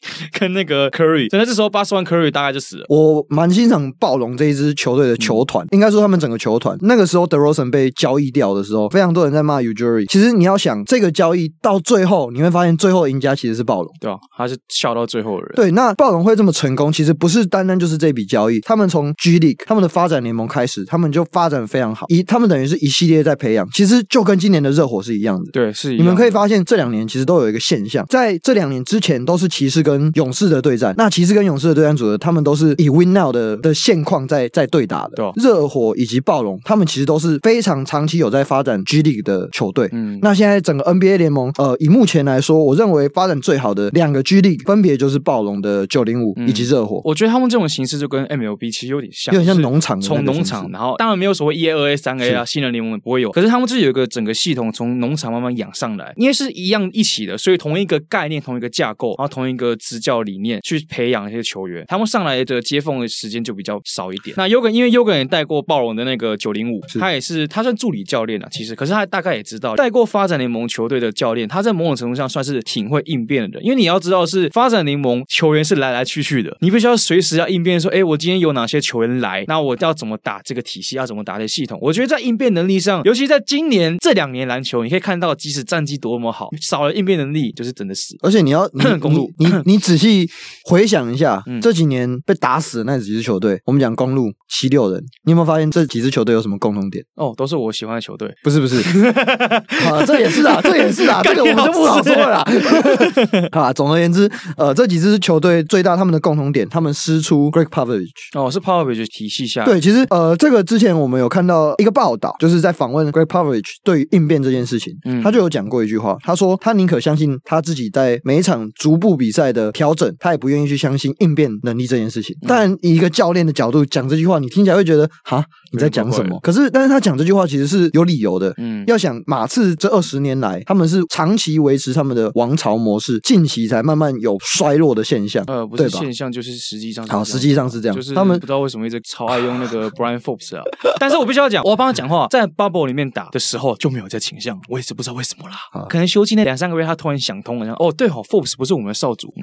[SPEAKER 1] 跟那个 Curry，所以那这时候 Box One Curry 大概就死了。
[SPEAKER 2] 我蛮欣赏暴龙这一支球队的球团，应该说他们整个球团。那个时候 d e r o s e n 被交易掉的时候，非常多人在骂 Ujuri。其实你要想，这个交易到最后，你会发现最后赢家其实是暴龙。
[SPEAKER 1] 对啊，他是笑到最后的人。
[SPEAKER 2] 对，那暴龙会这么成功，其实不是单单就是这笔交易，他们从 G League 他们的发展联盟开始，他们就发展得非常好，一他们等于是一系列在培养，其实就跟今年的热火是一样的。
[SPEAKER 1] 对，是一
[SPEAKER 2] 你们
[SPEAKER 1] 样
[SPEAKER 2] 可以
[SPEAKER 1] 的
[SPEAKER 2] 发现这两年其实都有一个现象，在这两年之前都是骑士跟勇士的对战，那骑士跟勇士的对战组合，他们都是以 win now 的的现况在在对打的。
[SPEAKER 1] 对啊
[SPEAKER 2] 热火以及暴龙，他们其实都是非常长期有在发展 G League 的球队。
[SPEAKER 1] 嗯，
[SPEAKER 2] 那现在整个 NBA 联盟，呃，以目前来说，我认为发展最好的两个 G League 分别就是暴龙的九零五
[SPEAKER 1] 嗯
[SPEAKER 2] 以及热火，
[SPEAKER 1] 我觉得他们这种形式就跟 MLB 其实有点像，
[SPEAKER 2] 有点像
[SPEAKER 1] 就是
[SPEAKER 2] 农场的那
[SPEAKER 1] 从
[SPEAKER 2] 个
[SPEAKER 1] 农
[SPEAKER 2] 形式
[SPEAKER 1] 场，然后当然没有所谓一 A、二 A、三 A 啊，新人联盟也不会有，可是他们就是有一个整个系统从农场慢慢养上来，因为是一样一起的，所以同一个概念、同一个架构，然后同一个执教理念去培养一些球员，他们上来的接缝的时间就比较少一点。那 Yogan 因为 Yogan 也带过暴龙的那个九零五，
[SPEAKER 2] 是
[SPEAKER 1] 他也是他算助理教练啊，其实可是他大概也知道带过发展联盟球队的教练，他在某种程度上算是挺会应变的人，因为你要知道是发展联盟球员是来来去去的，你必须要随时要应变说，哎，我今天有哪些球员来，那我要怎么打这个体系，要怎么打这个系统？我觉得在应变能力上，尤其在今年这两年篮球，你可以看到即使战绩多么好，少了应变能力就是真的死。
[SPEAKER 2] 而且你要你
[SPEAKER 1] 公路
[SPEAKER 2] 你你你你仔细回想一 下，
[SPEAKER 1] 嗯
[SPEAKER 2] 这几年被打死的那几支球队，我们讲公路七六人，你有没有发现这几支球队有什么共同点？
[SPEAKER 1] 哦，都是我喜欢的球队。
[SPEAKER 2] 不是不是， 啊，这也是 啊，这也是啊，这个我们就不好说了啦。 啊，总而言之，呃，这几支球队最大他们的共同点，他们师出 Greg Popovich。
[SPEAKER 1] 哦，是 Popovich 体系下，
[SPEAKER 2] 对，其实呃，这个之前我们有看到一个报道，就是在访问 Greg Popovich 对于应变这件事情，
[SPEAKER 1] 嗯
[SPEAKER 2] 他就有讲过一句话，他说他宁可相信他自己在每一场逐步比赛的调整，他也不愿意去相信应变能力这件事情。
[SPEAKER 1] 嗯
[SPEAKER 2] 但以一个教练的角度讲这句话，你听起来会觉得哈你在讲什
[SPEAKER 1] 有点
[SPEAKER 2] 么？可是，但是他讲这句话其实是有理由的，
[SPEAKER 1] 嗯，
[SPEAKER 2] 要想马刺这二十年来，他们是长期维持他们的王朝模式，近期才慢慢有衰落的现象。
[SPEAKER 1] 呃，不是
[SPEAKER 2] 对吧
[SPEAKER 1] 现象，就是实际上是
[SPEAKER 2] 好，
[SPEAKER 1] 这样
[SPEAKER 2] 实际上是这样，
[SPEAKER 1] 就是
[SPEAKER 2] 他们
[SPEAKER 1] 不知道为什么一直超爱用那 个 Brian Forbes 啊，但是我必须要讲，我要帮他讲话，在 Bubble 里面打的时候就没有这倾向，我也是不知道为什么啦
[SPEAKER 2] 啊。
[SPEAKER 1] 可能休息那两三个月，他突然想通了，然后哦，对哦，Forbes 不是我们的少主。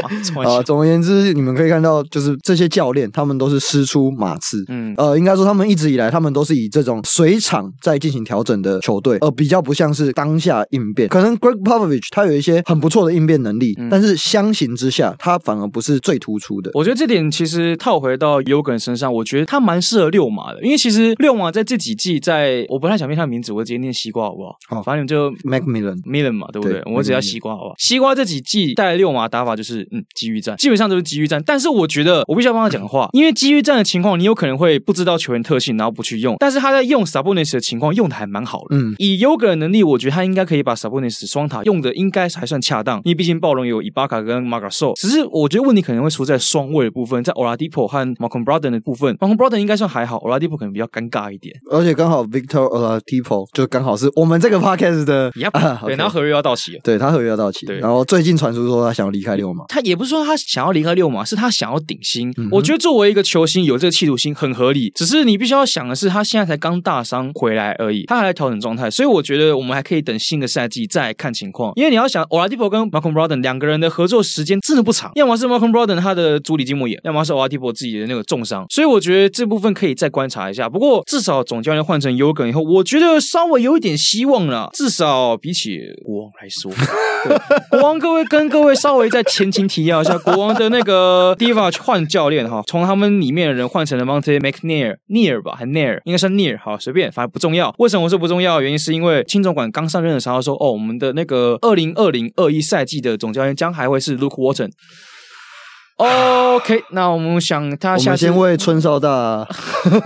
[SPEAKER 1] 啊突然
[SPEAKER 2] 啊，
[SPEAKER 1] 想，
[SPEAKER 2] 总而言之，你们可以看到，就是这些教练他们都是师出马刺。
[SPEAKER 1] 嗯，
[SPEAKER 2] 呃，应该说他们一直以来，他们都是以这种随场在进行调整的球队，呃，比较不像是当下应变。可能 Greg Popovich 他有一些很不错的应变能力，
[SPEAKER 1] 嗯
[SPEAKER 2] 但是相形之下，他反而不是最突出的。
[SPEAKER 1] 我觉得这点其实套回到尤梗身上，我觉得他蛮适合六马的，因为其实六马在这几季在，我不太想念他的名字，我直接念西瓜好不好？
[SPEAKER 2] 好
[SPEAKER 1] 反正就
[SPEAKER 2] Macmillan，
[SPEAKER 1] Milan 嘛，对不对？
[SPEAKER 2] 对
[SPEAKER 1] 我只要西瓜好不好？西瓜这几季带来六马打法就是，嗯，机遇战，基本上都是机遇战。但是我觉得我必须要帮他讲 话，因为机遇战的情况，你有可能会不知道球员特性，然后不去用。但是他在用 Sabonis 的情况用的还蛮好的。
[SPEAKER 2] 嗯，
[SPEAKER 1] 以 Yoga 的能力，我觉得他应该可以把 Sabonis 双塔用的应该还算恰当，因为毕竟暴龙有伊巴卡跟 m a g a s o 只是我觉得问题可能会出在双位的部分，在 Oladipo 和 Malcolm Brogdon 的部分，Malcolm Brogdon 应该算还好，Oladipo 可能比较尴尬一点。
[SPEAKER 2] 而且刚好 Victor Oladipo 就刚好是我 们这个 podcast 的
[SPEAKER 1] Yep，、
[SPEAKER 2] 啊
[SPEAKER 1] 对，
[SPEAKER 2] OK
[SPEAKER 1] 然后合约要到期了。
[SPEAKER 2] 对他合约要到期，
[SPEAKER 1] 对
[SPEAKER 2] 然后最近传出说他想要离开六马，
[SPEAKER 1] 他也不是说他想要离开六马，是他想要顶薪。
[SPEAKER 2] 嗯哼
[SPEAKER 1] 我觉得作为一个球星，有这个企图心很合理。只是你必须要想的是，他现在才刚大伤回来而已，他还在调整状态，所以我觉得我们还可以等新的赛季再看情况。因为你要想，Oladipo 跟 Malcolm Brogdon 两个人的合作时间真的不长，要么是 Malcolm Brogdon 他的足底筋膜炎，要么是 Oladipo 自己的那个重伤，所以我觉得这部分可以再观察一下。不过至少总教练换成 y o g a n 以后，我觉得稍微有一点希望了，至少比起国王来说。国王各位跟各位稍微再前情提要一下，国王的那个 Divac 换教练哈，从他们里面的人换成了 Monte McNair Near 吧，还 Nair 应该算 Near，好随便，反正不重要。为什么我说不重要？原因是因为青总管刚上任的时候说，哦，我们的那个二零二零二一赛季的总教练将还会是 Luke Walton。OK，那我们想他
[SPEAKER 2] 我
[SPEAKER 1] 下
[SPEAKER 2] 们
[SPEAKER 1] 次
[SPEAKER 2] 先为春少 大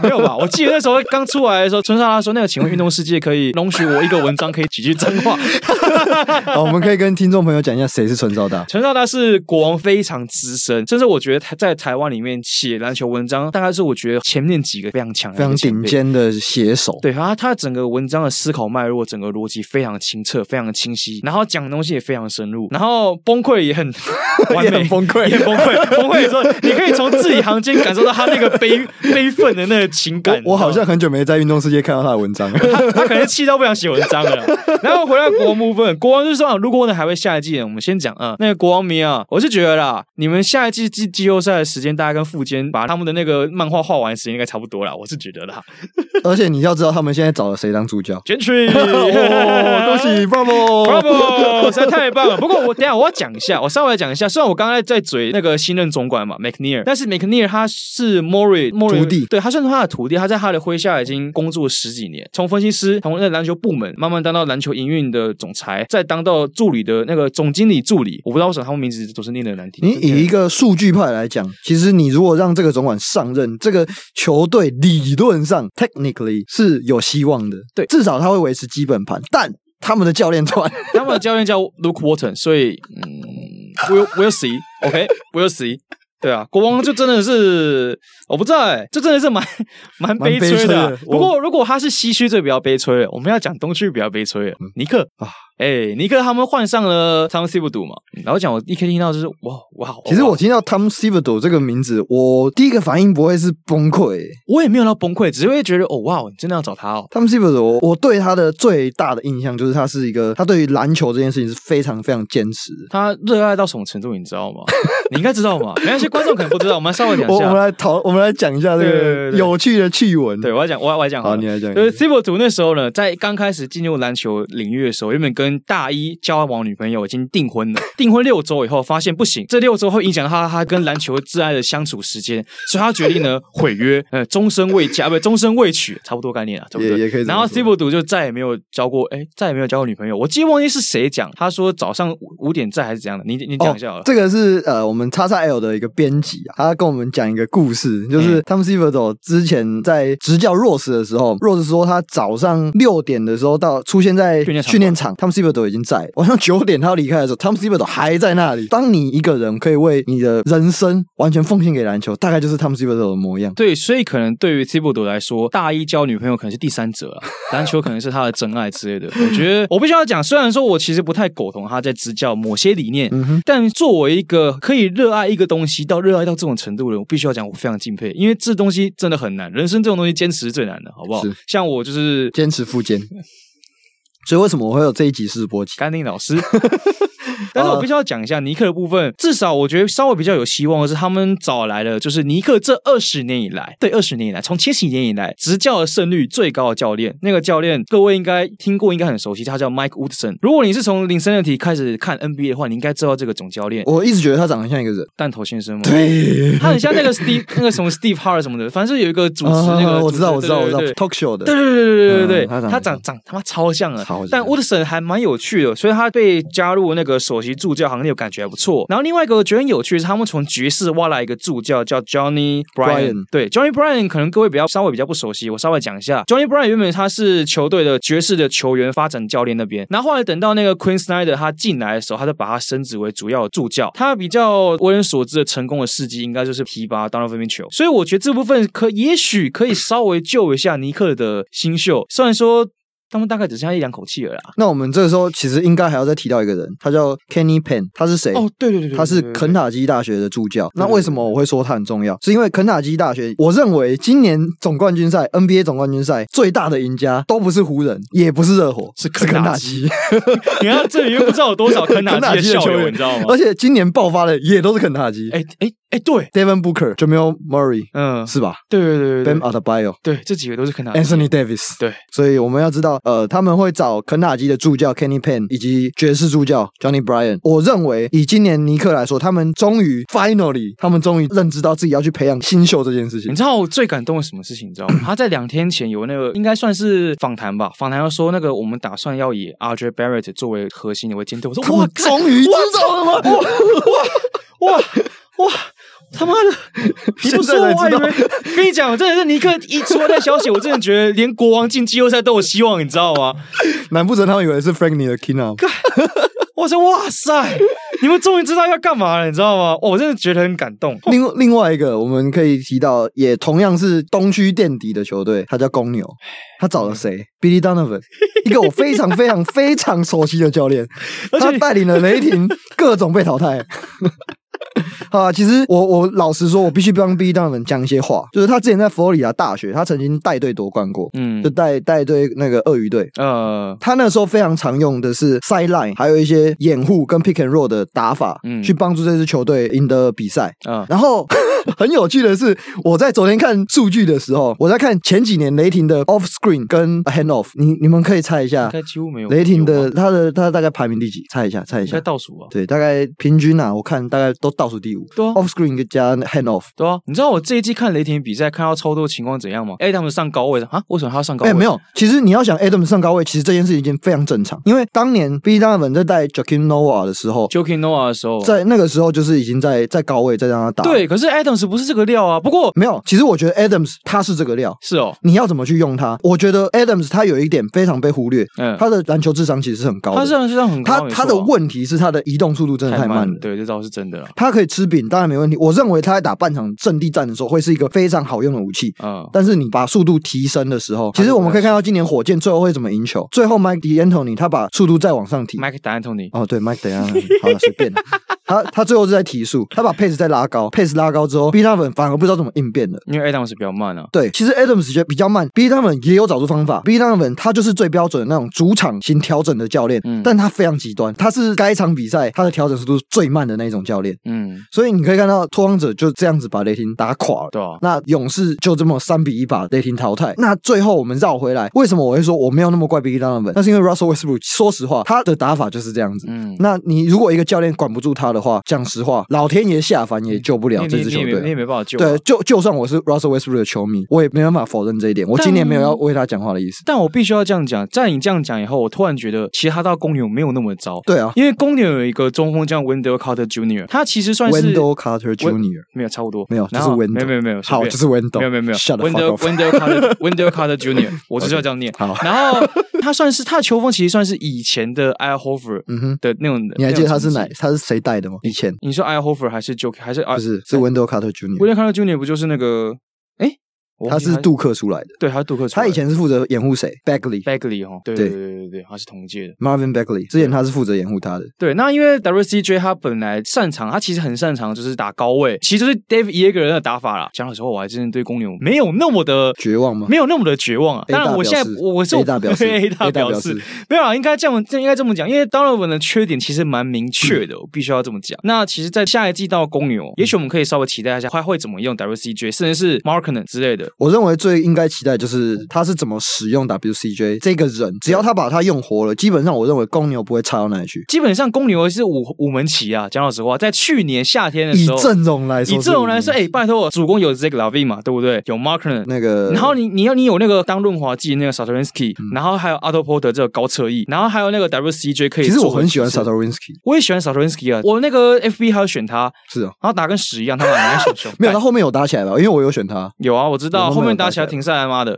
[SPEAKER 1] 没有吧？我记得那时候刚出来的时候，村上他说那个，请问运动世界可以容许我一个文章可以几句脏话？
[SPEAKER 2] 哦好，我们可以跟听众朋友讲一下谁是春照大。
[SPEAKER 1] 陈少达是国王非常资深，甚至我觉得他在台湾里面写篮球文章，大概是我觉得前面几个非常强、
[SPEAKER 2] 非常顶。尖的写手，
[SPEAKER 1] 对他，他整个文章的思考脉络，整个逻辑非常清澈，非常清晰，然后讲的东西也非常深入，然后崩溃也很 完美，
[SPEAKER 2] 也很崩溃
[SPEAKER 1] 也很崩溃。崩溃的时候，你可以从字里行间感受到他那个悲悲愤的那个情感。
[SPEAKER 2] 我我好
[SPEAKER 1] 你知道吗
[SPEAKER 2] 像很久没在运动世界看到他的文章 了。
[SPEAKER 1] 他可能气到不想写文章 了。然后回到国王部分，国王就说、啊、如果呢还会下一季，我们先讲啊、嗯那个国王迷啊，我是觉得啦，你们下一季季季后赛的时间，大概跟富坚把他们的那个漫画画完的时间应该差不多啦，我是觉得 啦。
[SPEAKER 2] 而且你要知道，他们现在找了谁当 主角？
[SPEAKER 1] 卷曲，
[SPEAKER 2] 哦，恭喜 Bravo！
[SPEAKER 1] Bravo，实在太棒了。不过我等一下我要讲一下，我稍微讲一下。虽然我刚才在嘴那个新任总管嘛，McNear，但是 McNear 他是 Murray
[SPEAKER 2] 徒弟
[SPEAKER 1] 对他算是他的徒弟，他在他的麾下已经工作十几年，从分析师，从那篮球部门慢慢当到篮球营运的总裁，再当到助理的那个总经理助理。我不知道为什么他们名字总是念的难听。
[SPEAKER 2] 你以一个数据派来讲，其实你如果让这个总管上任，这个球队理论上 technically 是有希望的，
[SPEAKER 1] 对
[SPEAKER 2] 至少他会维持基本盘。但他们的教 练团
[SPEAKER 1] 他们的教练叫 Luke Walton，所以嗯，Will Will see，OK，Will、see。对 啊，国王就真的是我不知道哎、欸，这真的是 蛮蛮悲
[SPEAKER 2] 蛮
[SPEAKER 1] 催
[SPEAKER 2] 悲催
[SPEAKER 1] 的啊、
[SPEAKER 2] 的
[SPEAKER 1] 不过如果他是西区，就比较悲催了。我们要讲东区比较悲催了。
[SPEAKER 2] 嗯
[SPEAKER 1] 尼克啊，哎、尼克他们换上了 Tom s i b u d 嘛，然后讲我一开听到就是哇哇，
[SPEAKER 2] 其实
[SPEAKER 1] 哇
[SPEAKER 2] 我听到 Tom s i b o d o 这个名字，我第一个反应不会是崩溃、欸。
[SPEAKER 1] 我也没有到崩溃，只是会觉得哦哇，你真的要找他哦。
[SPEAKER 2] Tom s i b o d o 我对他的最大的印象就是他是一个，他对于篮球这件事情是非常非常坚持的。
[SPEAKER 1] 他热爱到什么程度，你知道吗？你应该知道嘛，没关系，观众可能不知道，我们稍微讲一
[SPEAKER 2] 我我们
[SPEAKER 1] 下。
[SPEAKER 2] 来讨，我们来讲一下这
[SPEAKER 1] 对对对
[SPEAKER 2] 个
[SPEAKER 1] 对
[SPEAKER 2] 有趣的趣闻。
[SPEAKER 1] 对，我要讲，我要我要讲好
[SPEAKER 2] 好，
[SPEAKER 1] 了。
[SPEAKER 2] 你来讲。
[SPEAKER 1] 就是 c i b o 图那时候呢，在刚开始进入篮球领域的时候，原本跟大一交往女朋友已经订婚了， 订婚六周以后发现不行，这六周会影响到他他跟篮球挚爱的相处时间，所以他决定呢毁约，呃，终身未嫁，啊 不，终身未娶，差不多概念啊，对不对？
[SPEAKER 2] 也也可以这么
[SPEAKER 1] 然后
[SPEAKER 2] 说
[SPEAKER 1] Steve 就再也没有交过，哎，再也没有交过女朋友。我记得忘记是谁讲，他说早上五五点在还是怎样的，你你讲一下好了。
[SPEAKER 2] 哦这个是呃，我们叉叉 L 的一个编辑啊，他跟我们讲一个故事，就是
[SPEAKER 1] 嗯
[SPEAKER 2] Tom s i v e r 走之前在执教 Rose 的时候，Rose 说他早上六点的时候到出现在
[SPEAKER 1] 训练场
[SPEAKER 2] 训练场，Tom s i v e r 已经在，晚上九点他要离开的时候，Tom s i v e r 还在那里。当你一个人可以为你的人生完全奉献给篮球，大概就是 Tom s i v e r 的模样。
[SPEAKER 1] 对，所以可能对于 t i b o d 来说，大一交女朋友可能是第三者啊，篮球可能是他的真爱之类的。我觉得我必须要讲，虽然说我其实不太苟同他在执教某些理念，
[SPEAKER 2] 嗯哼，
[SPEAKER 1] 但作为一个可以热爱一个东西到热爱到这种程度的人，我必须要讲，我非常敬佩，因为这东西真的很难，人生这种东西坚持是最难的，好不好
[SPEAKER 2] 是？
[SPEAKER 1] 像我就是
[SPEAKER 2] 坚持 复健。所以为什么我会有这一集试播集？
[SPEAKER 1] 甘宁老 师。但是我必须要讲一下尼克的部分，至少我觉得稍微比较有希望的是，他们找来了就是尼克这二十年以来，对二十年以来，从千禧年以来执教的胜率最高的教练。那个教练各位应该听过，应该很熟悉，他叫 Mike Woodson。如果你是从零三六体开始看 NBA 的话，你应该知道这个总教 练
[SPEAKER 2] 我一直觉得他长得像一个人，
[SPEAKER 1] 弹头先生吗？
[SPEAKER 2] 对，
[SPEAKER 1] 他很像那个 Steve 那个什么 Steve Hart 什么的，反正是有一个主持那 个
[SPEAKER 2] 啊我
[SPEAKER 1] 主
[SPEAKER 2] 知
[SPEAKER 1] 持
[SPEAKER 2] 道，我知道，我
[SPEAKER 1] 对
[SPEAKER 2] 知道
[SPEAKER 1] 对对
[SPEAKER 2] ，talk show 的，
[SPEAKER 1] 对对对对对对对，
[SPEAKER 2] 嗯他长得
[SPEAKER 1] 他
[SPEAKER 2] 很
[SPEAKER 1] 长长他妈超像了
[SPEAKER 2] 超像，
[SPEAKER 1] 但 Woodson 还蛮有趣的，所以他被加入那个首席助教行列，感觉还不错。然后另外一个我觉得很有趣的是，他们从爵士挖来一个助教叫 Johnny Bryan，
[SPEAKER 2] Bryan
[SPEAKER 1] 对 Johnny Bryan 可能各位比较稍微比较不熟悉，我稍微讲一下，Johnny Bryan 原本他是球队的爵士的球员发展教练那边，然后后来等到那个 Queen Snyder 他进来的时候，他就把他升职为主要助教。他比较为人所知的成功的事迹，应该就是提拔 Donovan Mitchell，所以我觉得这部分可也许可以稍微救一下尼克的新秀，虽然说。他们大概只剩下一两口气了啦。
[SPEAKER 2] 那我们这个时候其实应该还要再提到一个人，他叫 Kenny Payne，他是谁？，
[SPEAKER 1] 对哦对对
[SPEAKER 2] 哎他是肯塔基大学的助教。那
[SPEAKER 1] 对对
[SPEAKER 2] 为什么我会说他很重要？是因为肯塔基大学，我认为今年总冠军赛 NBA 总冠军赛最大的赢家都不是湖人，也不是热火，
[SPEAKER 1] 是肯
[SPEAKER 2] 肯
[SPEAKER 1] 塔
[SPEAKER 2] 塔
[SPEAKER 1] 基。 你看这里又不知道有多少肯 塔基的校友，你知道吗
[SPEAKER 2] 而？且今年爆发的也都是肯塔基。
[SPEAKER 1] 哎哎哎，对，
[SPEAKER 2] Devin Booker、Jamal Murray
[SPEAKER 1] 嗯，
[SPEAKER 2] 是吧
[SPEAKER 1] 对对对对
[SPEAKER 2] ？Bam
[SPEAKER 1] 对，
[SPEAKER 2] Adebayo、
[SPEAKER 1] 对这几个都是肯塔基。
[SPEAKER 2] Anthony Davis。
[SPEAKER 1] 啊对，
[SPEAKER 2] 所以我们要知道，呃，他们会找肯塔基的助教 Kenny Payne 以及爵士助教 Johnny Bryan。我认为，以今年尼克来说，他们终于 finally，他们终于认知到自己要去培养新秀这件事 情
[SPEAKER 1] 你。知道我最感动的什么事情？你知道 吗？他在两天前有那个应该算是访谈吧，访谈要说那个我们打算要以 RJ Barrett 作为核心的为监督。我说
[SPEAKER 2] 他
[SPEAKER 1] 哇
[SPEAKER 2] 们，终于知
[SPEAKER 1] 哇
[SPEAKER 2] 道了吗？
[SPEAKER 1] 哇哇！他妈的！你不说我还以
[SPEAKER 2] 现在才
[SPEAKER 1] 为跟你讲，真的是尼克一出那消息，我真的觉得连国王进季后赛都有希望，你知道吗？
[SPEAKER 2] 难不成他们以为是 Frankie 的 Kina？
[SPEAKER 1] 我说哇塞，你们终于知道要干嘛了，你知道吗？哦我真的觉得很感动。
[SPEAKER 2] 另另外一个我们可以提到，也同样是东区垫底的球队，他叫公牛。他找了谁？Billy Donovan，一个我非常非常非常熟悉的教练，
[SPEAKER 1] 而且
[SPEAKER 2] 他
[SPEAKER 1] 你
[SPEAKER 2] 带领了雷霆各种被淘汰。 好啊，其实我我老实说，我必须帮 Billy Donovan 讲一些话，就是他之前在佛罗里达大学，他曾经带队夺冠过，
[SPEAKER 1] 嗯
[SPEAKER 2] 就带带队那个鳄鱼队，
[SPEAKER 1] 呃，
[SPEAKER 2] 他那时候非常常用的是 sideline，还有一些掩护跟 pick and roll 的打法，
[SPEAKER 1] 嗯
[SPEAKER 2] 去帮助这支球队赢得比赛。
[SPEAKER 1] 啊
[SPEAKER 2] 然后很有趣的是，我在昨天看数据的时候，我在看前几年雷霆的 off screen 跟 hand off，你你们可以猜一
[SPEAKER 1] 应
[SPEAKER 2] 下，
[SPEAKER 1] 该几乎没有
[SPEAKER 2] 雷霆
[SPEAKER 1] 有
[SPEAKER 2] 的
[SPEAKER 1] 吧
[SPEAKER 2] 他的他大概排名第几？猜一下，猜一
[SPEAKER 1] 应该
[SPEAKER 2] 下。
[SPEAKER 1] 倒数啊。
[SPEAKER 2] 对，大概平均啊，我看大概都倒数第五。
[SPEAKER 1] 对啊
[SPEAKER 2] off screen 加 hand off，
[SPEAKER 1] 对啊，你知道我这一季看雷霆比赛看到超多情况怎样吗？哎，他们上高位的啊，为什么他要上高
[SPEAKER 2] 哎、
[SPEAKER 1] 位？
[SPEAKER 2] 没有，其实你要想 Adam 上高位，其实这件事已经非常正常，因为当年 B 大本在带 Joakim Noah 的时候，
[SPEAKER 1] ，Joking Noah 的时候，
[SPEAKER 2] 在那个时候就是已经在在高位再让他打。，
[SPEAKER 1] 哦对，可是 Adams 不是这个料啊。不过
[SPEAKER 2] 没有，其实我觉得 Adams 他是这个料。
[SPEAKER 1] 是哦，
[SPEAKER 2] 你要怎么去用他？我觉得 Adams 他有一点非常被忽略，
[SPEAKER 1] 嗯，
[SPEAKER 2] 他的篮球智商其实是很高的。
[SPEAKER 1] 他上是上很高
[SPEAKER 2] 他
[SPEAKER 1] 没错啊
[SPEAKER 2] 他的问题是他的移动速度真的太慢了。
[SPEAKER 1] 对，这倒是真的啦。
[SPEAKER 2] 他可以吃饼，当然没问题。我认为他在打半场阵地战的时候会是一个非常好用的武器。
[SPEAKER 1] 嗯，
[SPEAKER 2] 但是你把速度提升的时候，其实我们可以看到今年火箭最后会怎么赢球。最后 Mike D'Antoni 他把速度再往上提，
[SPEAKER 1] Mike D'Antoni，
[SPEAKER 2] 哦，对，Mike 等一下，好了，随便。他他最后是在提速，他把 pace 再拉高，pace 拉高之后，B 他们反而不知道怎么应变了。
[SPEAKER 1] 因为 Adams 比较慢啊。
[SPEAKER 2] 对，其实 Adams 觉得比较慢，B 他们也有找出方法。B 他们他就是最标准的那种主场型调整的教练，
[SPEAKER 1] 嗯
[SPEAKER 2] 但他非常极端，他是该场比赛他的调整速度最慢的那种教练。
[SPEAKER 1] 嗯，
[SPEAKER 2] 所以你可以看到拓荒者就这样子把雷霆打垮了。
[SPEAKER 1] 对啊，
[SPEAKER 2] 那勇士就这么三比一把雷霆淘汰。那最后我们绕回来，为什么我会说我没有那么怪 Big Donovan？那是因为 Russell Westbrook，说实话，他的打法就是这样子。
[SPEAKER 1] 嗯，
[SPEAKER 2] 那你如果一个教练管不住他的话，讲实话，老天爷下凡也救不了
[SPEAKER 1] 你
[SPEAKER 2] 这
[SPEAKER 1] 你
[SPEAKER 2] 支
[SPEAKER 1] 你
[SPEAKER 2] 球
[SPEAKER 1] 也没你也
[SPEAKER 2] 队。
[SPEAKER 1] 没办法救啊。
[SPEAKER 2] 对，就就算我是 Russell Westbrook 的球迷，我也没办法否认这一点。我今年没有要为他讲话的意思。
[SPEAKER 1] 但我必须要这样讲，在你这样讲以后，我突然觉得，其实他到公牛没有那么糟，
[SPEAKER 2] 对啊
[SPEAKER 1] 因为公牛有一个中锋叫 Wendell Carter Jr.，他其实算是
[SPEAKER 2] ，Wendell Carter Jr.
[SPEAKER 1] 没有差不多，
[SPEAKER 2] 没有，就
[SPEAKER 1] 然
[SPEAKER 2] 是
[SPEAKER 1] 后
[SPEAKER 2] Wendell，
[SPEAKER 1] 没有没有没有，随
[SPEAKER 2] 好，
[SPEAKER 1] 便
[SPEAKER 2] 就是 Wendell，
[SPEAKER 1] 没有没有没有
[SPEAKER 2] s h u t
[SPEAKER 1] ，Wendell Wendell Carter Wendell Carter Jr.，我就是要这样念。
[SPEAKER 2] 好，
[SPEAKER 1] 然后他算是他的球风其实算是以前的 i h o f e r
[SPEAKER 2] 嗯哼，
[SPEAKER 1] 的那种，
[SPEAKER 2] 你还记得他是
[SPEAKER 1] 那
[SPEAKER 2] 哪
[SPEAKER 1] 种成绩？
[SPEAKER 2] 他是谁带的吗？以前
[SPEAKER 1] 你说 i h o f e r 还是 Joke 还是啊
[SPEAKER 2] 不？是，是 Wendell Carter Jr.，
[SPEAKER 1] Wendell Carter Jr. 不就是那个？哎，我
[SPEAKER 2] 他
[SPEAKER 1] 忘记
[SPEAKER 2] 是杜克出来的。
[SPEAKER 1] 对，他是杜克出来
[SPEAKER 2] 他
[SPEAKER 1] 的，
[SPEAKER 2] 以前是负责掩护谁？Bagley。
[SPEAKER 1] Bagley 哈，对
[SPEAKER 2] 对
[SPEAKER 1] 对对对对，他是同届的。
[SPEAKER 2] Marvin Bagley，之前他是负责掩护他的，
[SPEAKER 1] 对，那因为 WCJ 他本来擅长，他其实很擅长就是打高位，其实就是 Dave Yeager 的打法啦。讲老实话，我还真的对公牛没有那么的。
[SPEAKER 2] 绝望吗
[SPEAKER 1] 没有那么的绝望啊！
[SPEAKER 2] ？A
[SPEAKER 1] 当然，
[SPEAKER 2] 大
[SPEAKER 1] 我
[SPEAKER 2] 表
[SPEAKER 1] 现在
[SPEAKER 2] 示
[SPEAKER 1] 我我是
[SPEAKER 2] A 大表示
[SPEAKER 1] A 大表示，没有啊，应该这样，这应该这么讲，因为 Donovan 的缺点其实蛮明确
[SPEAKER 2] 嗯
[SPEAKER 1] 的，我必须要这么讲。那其实，在下一季到公牛，也许我们可以稍微期待一下，他会怎么用 WCJ，甚至是 Markman 之类的。
[SPEAKER 2] 我认为最应该期待就是
[SPEAKER 1] 嗯
[SPEAKER 2] 他是怎么使用 WCJ 这个人，只要他把他用活了，基本上我认为公牛不会差到哪里去。
[SPEAKER 1] 基本上，公牛是五五门旗啊。讲老实话，在去年夏天的
[SPEAKER 2] 以
[SPEAKER 1] 时候，
[SPEAKER 2] 阵容来说，
[SPEAKER 1] 以阵容来说，哎、，拜托我，主攻有 z a g l a v i 嘛，对不对？有 Markman，
[SPEAKER 2] 那个，
[SPEAKER 1] 然后你你要你有那个当润滑剂那个 Satoransky，、然
[SPEAKER 2] 嗯
[SPEAKER 1] 后还有 Otto Porter 这个高侧翼，然后还有那个 WCJ 可以。
[SPEAKER 2] 其实我很喜欢
[SPEAKER 1] 萨，
[SPEAKER 2] Satoransky，
[SPEAKER 1] 我也喜欢 Satoransky 啊，我那个 FB 还有选他，
[SPEAKER 2] 是哦，
[SPEAKER 1] 然后打跟屎一样，他妈难选熊
[SPEAKER 2] 。没有，他后面有打起来吧？
[SPEAKER 1] 哦
[SPEAKER 2] 因为我有选他，
[SPEAKER 1] 有啊，我知道
[SPEAKER 2] 有
[SPEAKER 1] 后
[SPEAKER 2] 后面有
[SPEAKER 1] 面打起来
[SPEAKER 2] 打起来
[SPEAKER 1] 停赛来妈的。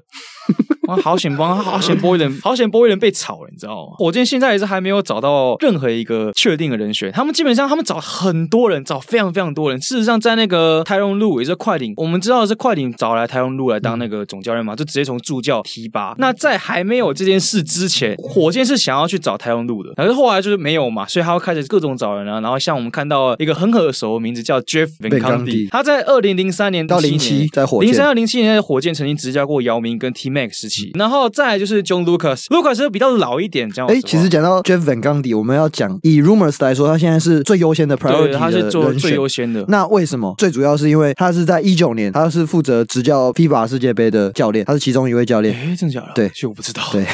[SPEAKER 1] 啊，好险帮，好险波伊 人，好险波伊人被炒了，你知道吗？火箭现在也是还没有找到任何一个确定的人选，他们基本上他们找很多人，找非常非常多人。事实上，在那个泰隆路也是快艇，我们知道是快艇找来泰隆路来当那个总教练嘛，就直接从助教提拔。那在还没有这件事之前，火箭是想要去找泰隆路的，可是后来就是没有嘛，所以他要开始各种找人啊。然后像我们看到一个很耳熟的名字叫 Jeff Van
[SPEAKER 2] Condy
[SPEAKER 1] Gundy，他在二零零三年
[SPEAKER 2] 到
[SPEAKER 1] 07
[SPEAKER 2] 07
[SPEAKER 1] 年
[SPEAKER 2] 在火箭
[SPEAKER 1] 03到零七年的火箭曾经执教过姚明跟 T Mac 时期，然后再来就是 John Lucas，Lucas 比较老一点，这样。
[SPEAKER 2] 哎，其实讲到 Jeff Van Gundy，我们要讲以 Rumors 来说，他现在是最优先的 priority
[SPEAKER 1] 对，他
[SPEAKER 2] 的
[SPEAKER 1] 是做
[SPEAKER 2] 人
[SPEAKER 1] 最
[SPEAKER 2] 选
[SPEAKER 1] 优先的。
[SPEAKER 2] 那为什么？最主要是因为他是在一九年，他是负责执教 FIBA 世界杯的教练，他是其中一位教练。
[SPEAKER 1] 哎，真的假的？
[SPEAKER 2] 对
[SPEAKER 1] 其实我不知道。
[SPEAKER 2] 对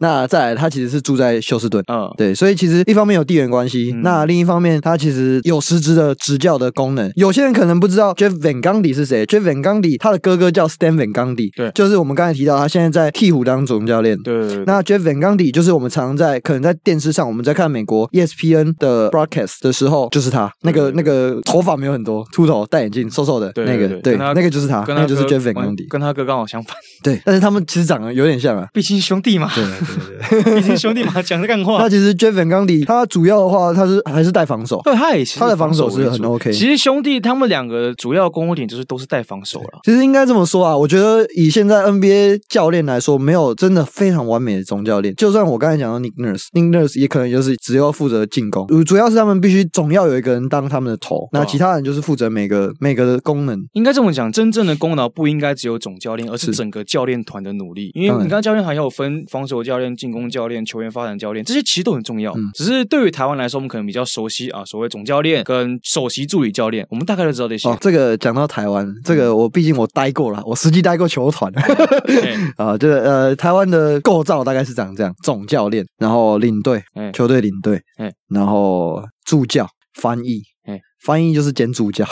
[SPEAKER 2] 那再来，他其实是住在休斯顿。
[SPEAKER 1] 嗯，
[SPEAKER 2] 对，所以其实一方面有地缘关系，
[SPEAKER 1] 嗯
[SPEAKER 2] 那另一方面他其实有实质的执教的功能。有些人可能不知道 Jeff Van Gundy 是谁，Jeff Van Gundy 他的哥哥叫 Stan Van Gundy，
[SPEAKER 1] 对
[SPEAKER 2] 就是我们刚才提到他现在在鹈鹕当总教练。
[SPEAKER 1] 对对对。
[SPEAKER 2] 那 Jeff Van Gundy 就是我们常在可能在电视上，我们在看美国 E ESPN 的 broadcast 的时候，就是他那个
[SPEAKER 1] 对
[SPEAKER 2] 那个头发没有很多，秃头戴眼镜瘦瘦的
[SPEAKER 1] 对
[SPEAKER 2] 那
[SPEAKER 1] 对
[SPEAKER 2] 个，
[SPEAKER 1] 对
[SPEAKER 2] 对，
[SPEAKER 1] 跟他
[SPEAKER 2] 那个就是他，
[SPEAKER 1] 跟
[SPEAKER 2] 那
[SPEAKER 1] 他
[SPEAKER 2] 个就是
[SPEAKER 1] 哥
[SPEAKER 2] Jeff Van
[SPEAKER 1] 完
[SPEAKER 2] Gundy。
[SPEAKER 1] 跟他哥刚好相反，
[SPEAKER 2] 对，但是他们其实长得有点像啊。
[SPEAKER 1] 毕竟兄弟嘛，
[SPEAKER 2] 对对对。
[SPEAKER 1] 毕竟兄弟嘛，讲的干话
[SPEAKER 2] 那。其实 Jeff Van Gundy 他主要的话，他是还是带防守，
[SPEAKER 1] 对，他也其实
[SPEAKER 2] 他的防守
[SPEAKER 1] 为
[SPEAKER 2] 是很
[SPEAKER 1] 主
[SPEAKER 2] OK
[SPEAKER 1] 其实兄弟他们两个主要攻攻点就是都是带防守了。
[SPEAKER 2] 其实应该这么说啊，我觉得以现在 NBA 教练来说，没有真的非常完美的总教练。就算我刚才讲到 Nick Nurse，Nick Nurse 也可能就是只要负责进攻，主要是他们必须总要有一个人当他们的头，那
[SPEAKER 1] 对啊
[SPEAKER 2] 其他人就是负责每个每个的功能。
[SPEAKER 1] 应该这么讲，真正的功劳不应该只有总教练，而是整个教练团的努力。因为
[SPEAKER 2] 当
[SPEAKER 1] 你
[SPEAKER 2] 然
[SPEAKER 1] 刚刚教练团也有分防守教练、进攻教练、球员发展教练，这些其实都很重要。
[SPEAKER 2] 嗯
[SPEAKER 1] 只是对于台湾来说，我们可能比较熟悉啊，所谓总教练跟首席助理教练，我们大概都知道这些。
[SPEAKER 2] 哦，这个讲到台湾，这个我毕竟我待过了，我实际待过球团
[SPEAKER 1] 哎
[SPEAKER 2] 啊，就是呃，台湾的构造大概是长这样：总教练，然后领队，
[SPEAKER 1] 哎
[SPEAKER 2] 球队领队
[SPEAKER 1] 哎，
[SPEAKER 2] 然后助教、翻译
[SPEAKER 1] 哎，
[SPEAKER 2] 翻译就是兼助教，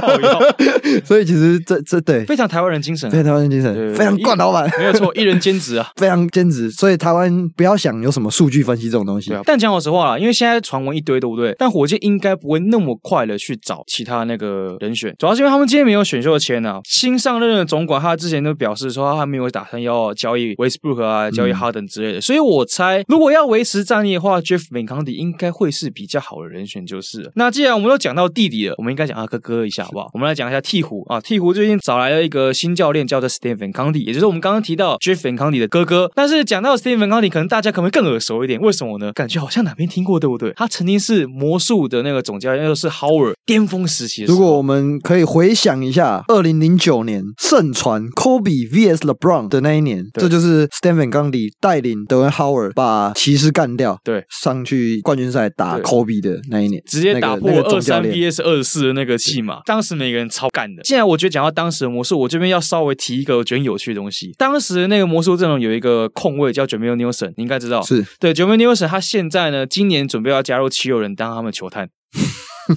[SPEAKER 1] 靠腰
[SPEAKER 2] 所以其实这这对
[SPEAKER 1] 非常台湾人精神啊、
[SPEAKER 2] 非常台湾精
[SPEAKER 1] 对对
[SPEAKER 2] 神，
[SPEAKER 1] 对
[SPEAKER 2] 非常惯老板，
[SPEAKER 1] 没有错，一人兼职啊。
[SPEAKER 2] 非常兼职。所以台湾不要想有什么数据分析这种东西
[SPEAKER 1] 对啊，，但讲老实话啦，因为现在传闻一堆，对不对？但火箭应该不会那么快的去找其他那个人选，主要是因为他们今天没有选秀签啊。新上任的总管他之前都表示说，他没有打算要交易 Westbrook 啊、交易哈登之类的，所以我猜，如果要维持战力的话，Jeff Van Gundy 应该会是比较好的人选，就是了。那既然我们都讲到弟弟了，我们应该讲他啊哥哥一下好不好？我们来讲一下鹈鹕啊，鹈鹕最近找来了一个新教练，叫做 Stephen Condy，也就是我们刚刚提到 Jeff Van Condy 的哥哥。但是讲到 Stephen Condy，可能大家可能会更耳熟一点，为什么呢？感觉好像哪边听过，对不对？他曾经是魔术的那个总教练，又是 Howard 巅峰时期的时
[SPEAKER 2] 如
[SPEAKER 1] 候。
[SPEAKER 2] 果我们可以回想一下，二零零九年盛传 Kobe vs LeBron 的那一年，
[SPEAKER 1] 对
[SPEAKER 2] 这就是 Stephen 冈里带领德文 Howard 把骑士干掉，
[SPEAKER 1] 对，
[SPEAKER 2] 上去冠军赛打
[SPEAKER 1] 对
[SPEAKER 2] Kobe 的那一年，
[SPEAKER 1] 直接
[SPEAKER 2] 那个
[SPEAKER 1] 打破
[SPEAKER 2] 那个
[SPEAKER 1] 二
[SPEAKER 2] 总教
[SPEAKER 1] 三
[SPEAKER 2] 练练
[SPEAKER 1] VS 二十四的那个戏码，当时每个人超干的。既然我觉得讲到当时的魔术，我这边要稍微提一个我觉得很有趣的东西。当时的那个魔术阵容有一个控卫叫 Jamel Nelson，你应该知道。
[SPEAKER 2] 是
[SPEAKER 1] 对 Jamel Nelson，他现在呢，今年准备要加入七友人当他们球探。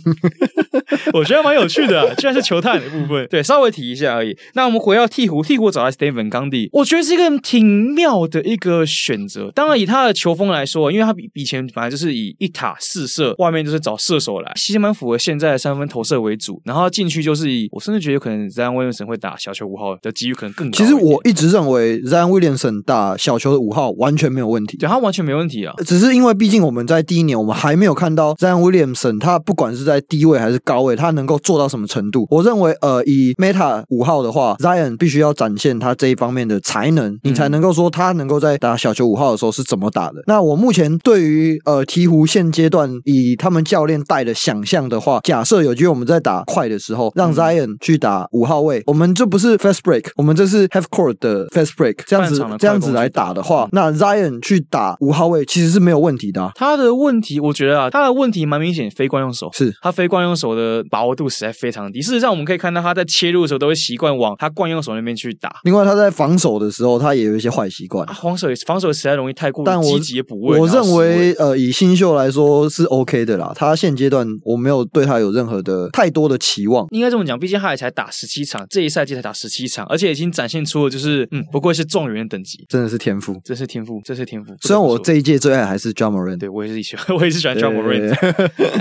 [SPEAKER 1] 我觉得蛮有趣的、啊，居然是球探的部 分。对，稍微提一下而已。那我们回到鹈鹕，鹈鹕找来 Stephen 冈蒂，我觉得是一个挺妙的一个选择。当然，以他的球风来说，因为他比以前反正就是以一塔四射，外面就是找射手来，其实蛮符合现在的三分投射为主。然后进去就是以，我甚至觉得可能 Zion Williamson 会打小球五号的机遇可能更高一
[SPEAKER 2] 其
[SPEAKER 1] 点。
[SPEAKER 2] 实我一直认为 Zion Williamson 打小球的五号完全没有问题，
[SPEAKER 1] 对他完全没问题啊。
[SPEAKER 2] 只是因为毕竟我们在第一年，我们还没有看到 Zion Williamson 他不管是在低位还是高位，他能够做到什么程度。我认为，呃，以 Meta 五号的话，Zion 必须要展现他这一方面的才能，你才能够说他能够在打小球五号的时候是怎么打的。那我目前对于呃鹈鹕现阶段以他们教练带的想象的话，假设有机会我们在打快的时候，让 Zion 去打五号位，我们这不是 fast break，我们这是 half court 的 fast break，这样
[SPEAKER 1] 半
[SPEAKER 2] 子
[SPEAKER 1] 场的快
[SPEAKER 2] 这样子
[SPEAKER 1] 攻
[SPEAKER 2] 来
[SPEAKER 1] 去打
[SPEAKER 2] 打的话
[SPEAKER 1] 嗯，
[SPEAKER 2] 那 Zion 去打五号位其实是没有问题的啊、
[SPEAKER 1] 他的问题，我觉得啊，他的问题蛮明显，非惯用手
[SPEAKER 2] 是
[SPEAKER 1] 他非惯用手的把握度实在非常低。事实上，我们可以看到他在切入的时候都会习惯往他惯用手那边去打。
[SPEAKER 2] 另外，他在防守的时候，他也有一些坏习惯
[SPEAKER 1] 啊，。防守也防守实在容易太过
[SPEAKER 2] 但我
[SPEAKER 1] 积极地补位，
[SPEAKER 2] 我
[SPEAKER 1] 然后
[SPEAKER 2] 认
[SPEAKER 1] 失位
[SPEAKER 2] 为，呃，以新秀来说是 OK 的啦。他现阶段我没有对他有任何的太多的期望。
[SPEAKER 1] 应该这么讲，毕竟他也才打十七场，这一赛季才打十七场，而且已经展现出了就是嗯，不愧是状元的等级，
[SPEAKER 2] 真的是天赋。
[SPEAKER 1] 这是天赋，这是天赋。不得
[SPEAKER 2] 虽然
[SPEAKER 1] 不
[SPEAKER 2] 我
[SPEAKER 1] 说
[SPEAKER 2] 这一届最爱还是 j a m a r a n
[SPEAKER 1] 对我也是喜 欢，我也是喜欢 John
[SPEAKER 2] 对
[SPEAKER 1] m o r a n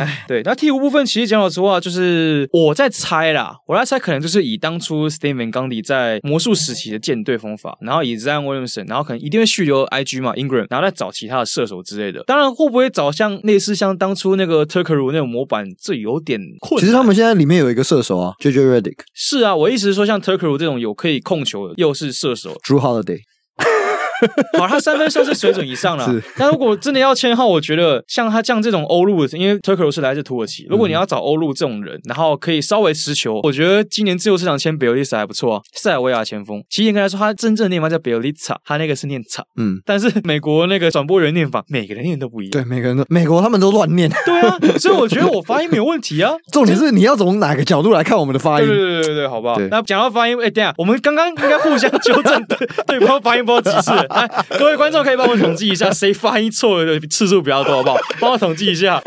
[SPEAKER 1] 哎对，那替补部分其实讲老实话，就是我在猜啦，我在猜可能就是以当初 Steven 冈迪在魔术时期的舰队风法，然后以 Zion Williamson，然后可能一定会续留 IG 嘛 Ingram，然后再找其他的射手之类的。当然会不会找像类似像当初那个 Turkoglu 那种模板，这有点困难。
[SPEAKER 2] 其实他们现在里面有一个射手啊，JJ Redick、
[SPEAKER 1] 是啊，我意思是说像 Turkoglu 这种有可以控球的，又是射手，
[SPEAKER 2] Drew Holiday，
[SPEAKER 1] 好，他三分算是水准以上了
[SPEAKER 2] 是。
[SPEAKER 1] 但如果真的要签的话，我觉得像他像这种欧陆，因为 Turkle 是来自土耳其，如果
[SPEAKER 2] 嗯
[SPEAKER 1] 你要找欧陆这种人，然后可以稍微持球，我觉得今年自由市场签北欧利萨还不错啊，塞尔维亚前锋。其实应该来说，他真正的念法叫北欧利萨，他那个是念草，
[SPEAKER 2] 嗯，
[SPEAKER 1] 但是美国那个转播人念法，每个人念都不一样。
[SPEAKER 2] 对，每个人都美国他们都乱念。
[SPEAKER 1] 对啊，所以我觉得我发音没有问题啊。
[SPEAKER 2] 重点是你要从哪个角度来看我们的发
[SPEAKER 1] 对
[SPEAKER 2] 音？
[SPEAKER 1] 对对对对对，好不好
[SPEAKER 2] 对？
[SPEAKER 1] 那讲到发音，哎，等一下，我们刚刚应该互相纠正对对方发音不知道 几次了。哎，各位观众可以帮我统计一下，谁发音错的次数比较多，好不 好？帮我统计一下，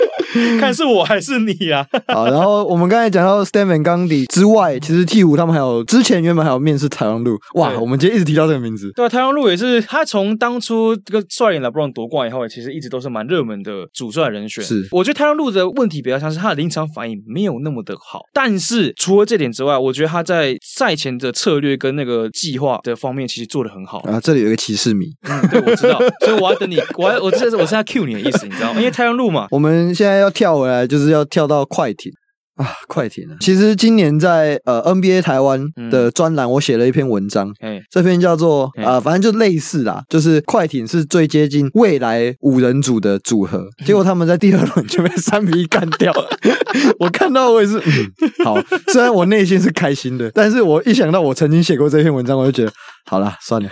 [SPEAKER 1] 看是我还是你啊？
[SPEAKER 2] 好，然后我们刚才讲到 Stephen 冈底之外，其实 T 五他们还有之前原本还有面试台湾路，哇，
[SPEAKER 1] 对
[SPEAKER 2] 我们今天一直提到这个名字，
[SPEAKER 1] 对啊，台湾路也是，他从当初这个率领 LeBron 夺冠以后，其实一直都是蛮热门的主帅人选。
[SPEAKER 2] 是
[SPEAKER 1] 我觉得台湾路的问题比较像是他的临场反应没有那么的好，但是除了这点之外，我觉得他在赛前的策略跟那个计划的方面，其实做得很好。
[SPEAKER 2] 啊，这里有一个骑士迷，
[SPEAKER 1] 嗯 对，我知道，所以我要等你，我要我这是我是要 cue 你的意思，你知道 吗？因为太阳路嘛，
[SPEAKER 2] 我们现在要跳回来，就是要跳到快艇啊，快艇啊。其实今年在呃 NBA 台湾的专栏，我写了一篇文章。
[SPEAKER 1] 哎，
[SPEAKER 2] 这篇叫做
[SPEAKER 1] 嗯
[SPEAKER 2] 啊、呃反正就类似啦，就是快艇是最接近未来五人组的组合，结果他们在第二轮就被三比一干掉了。 我看到我也是，嗯，好，虽然我内心是开心的，但是我一想到我曾经写过这篇文章，我就觉得好啦，算了，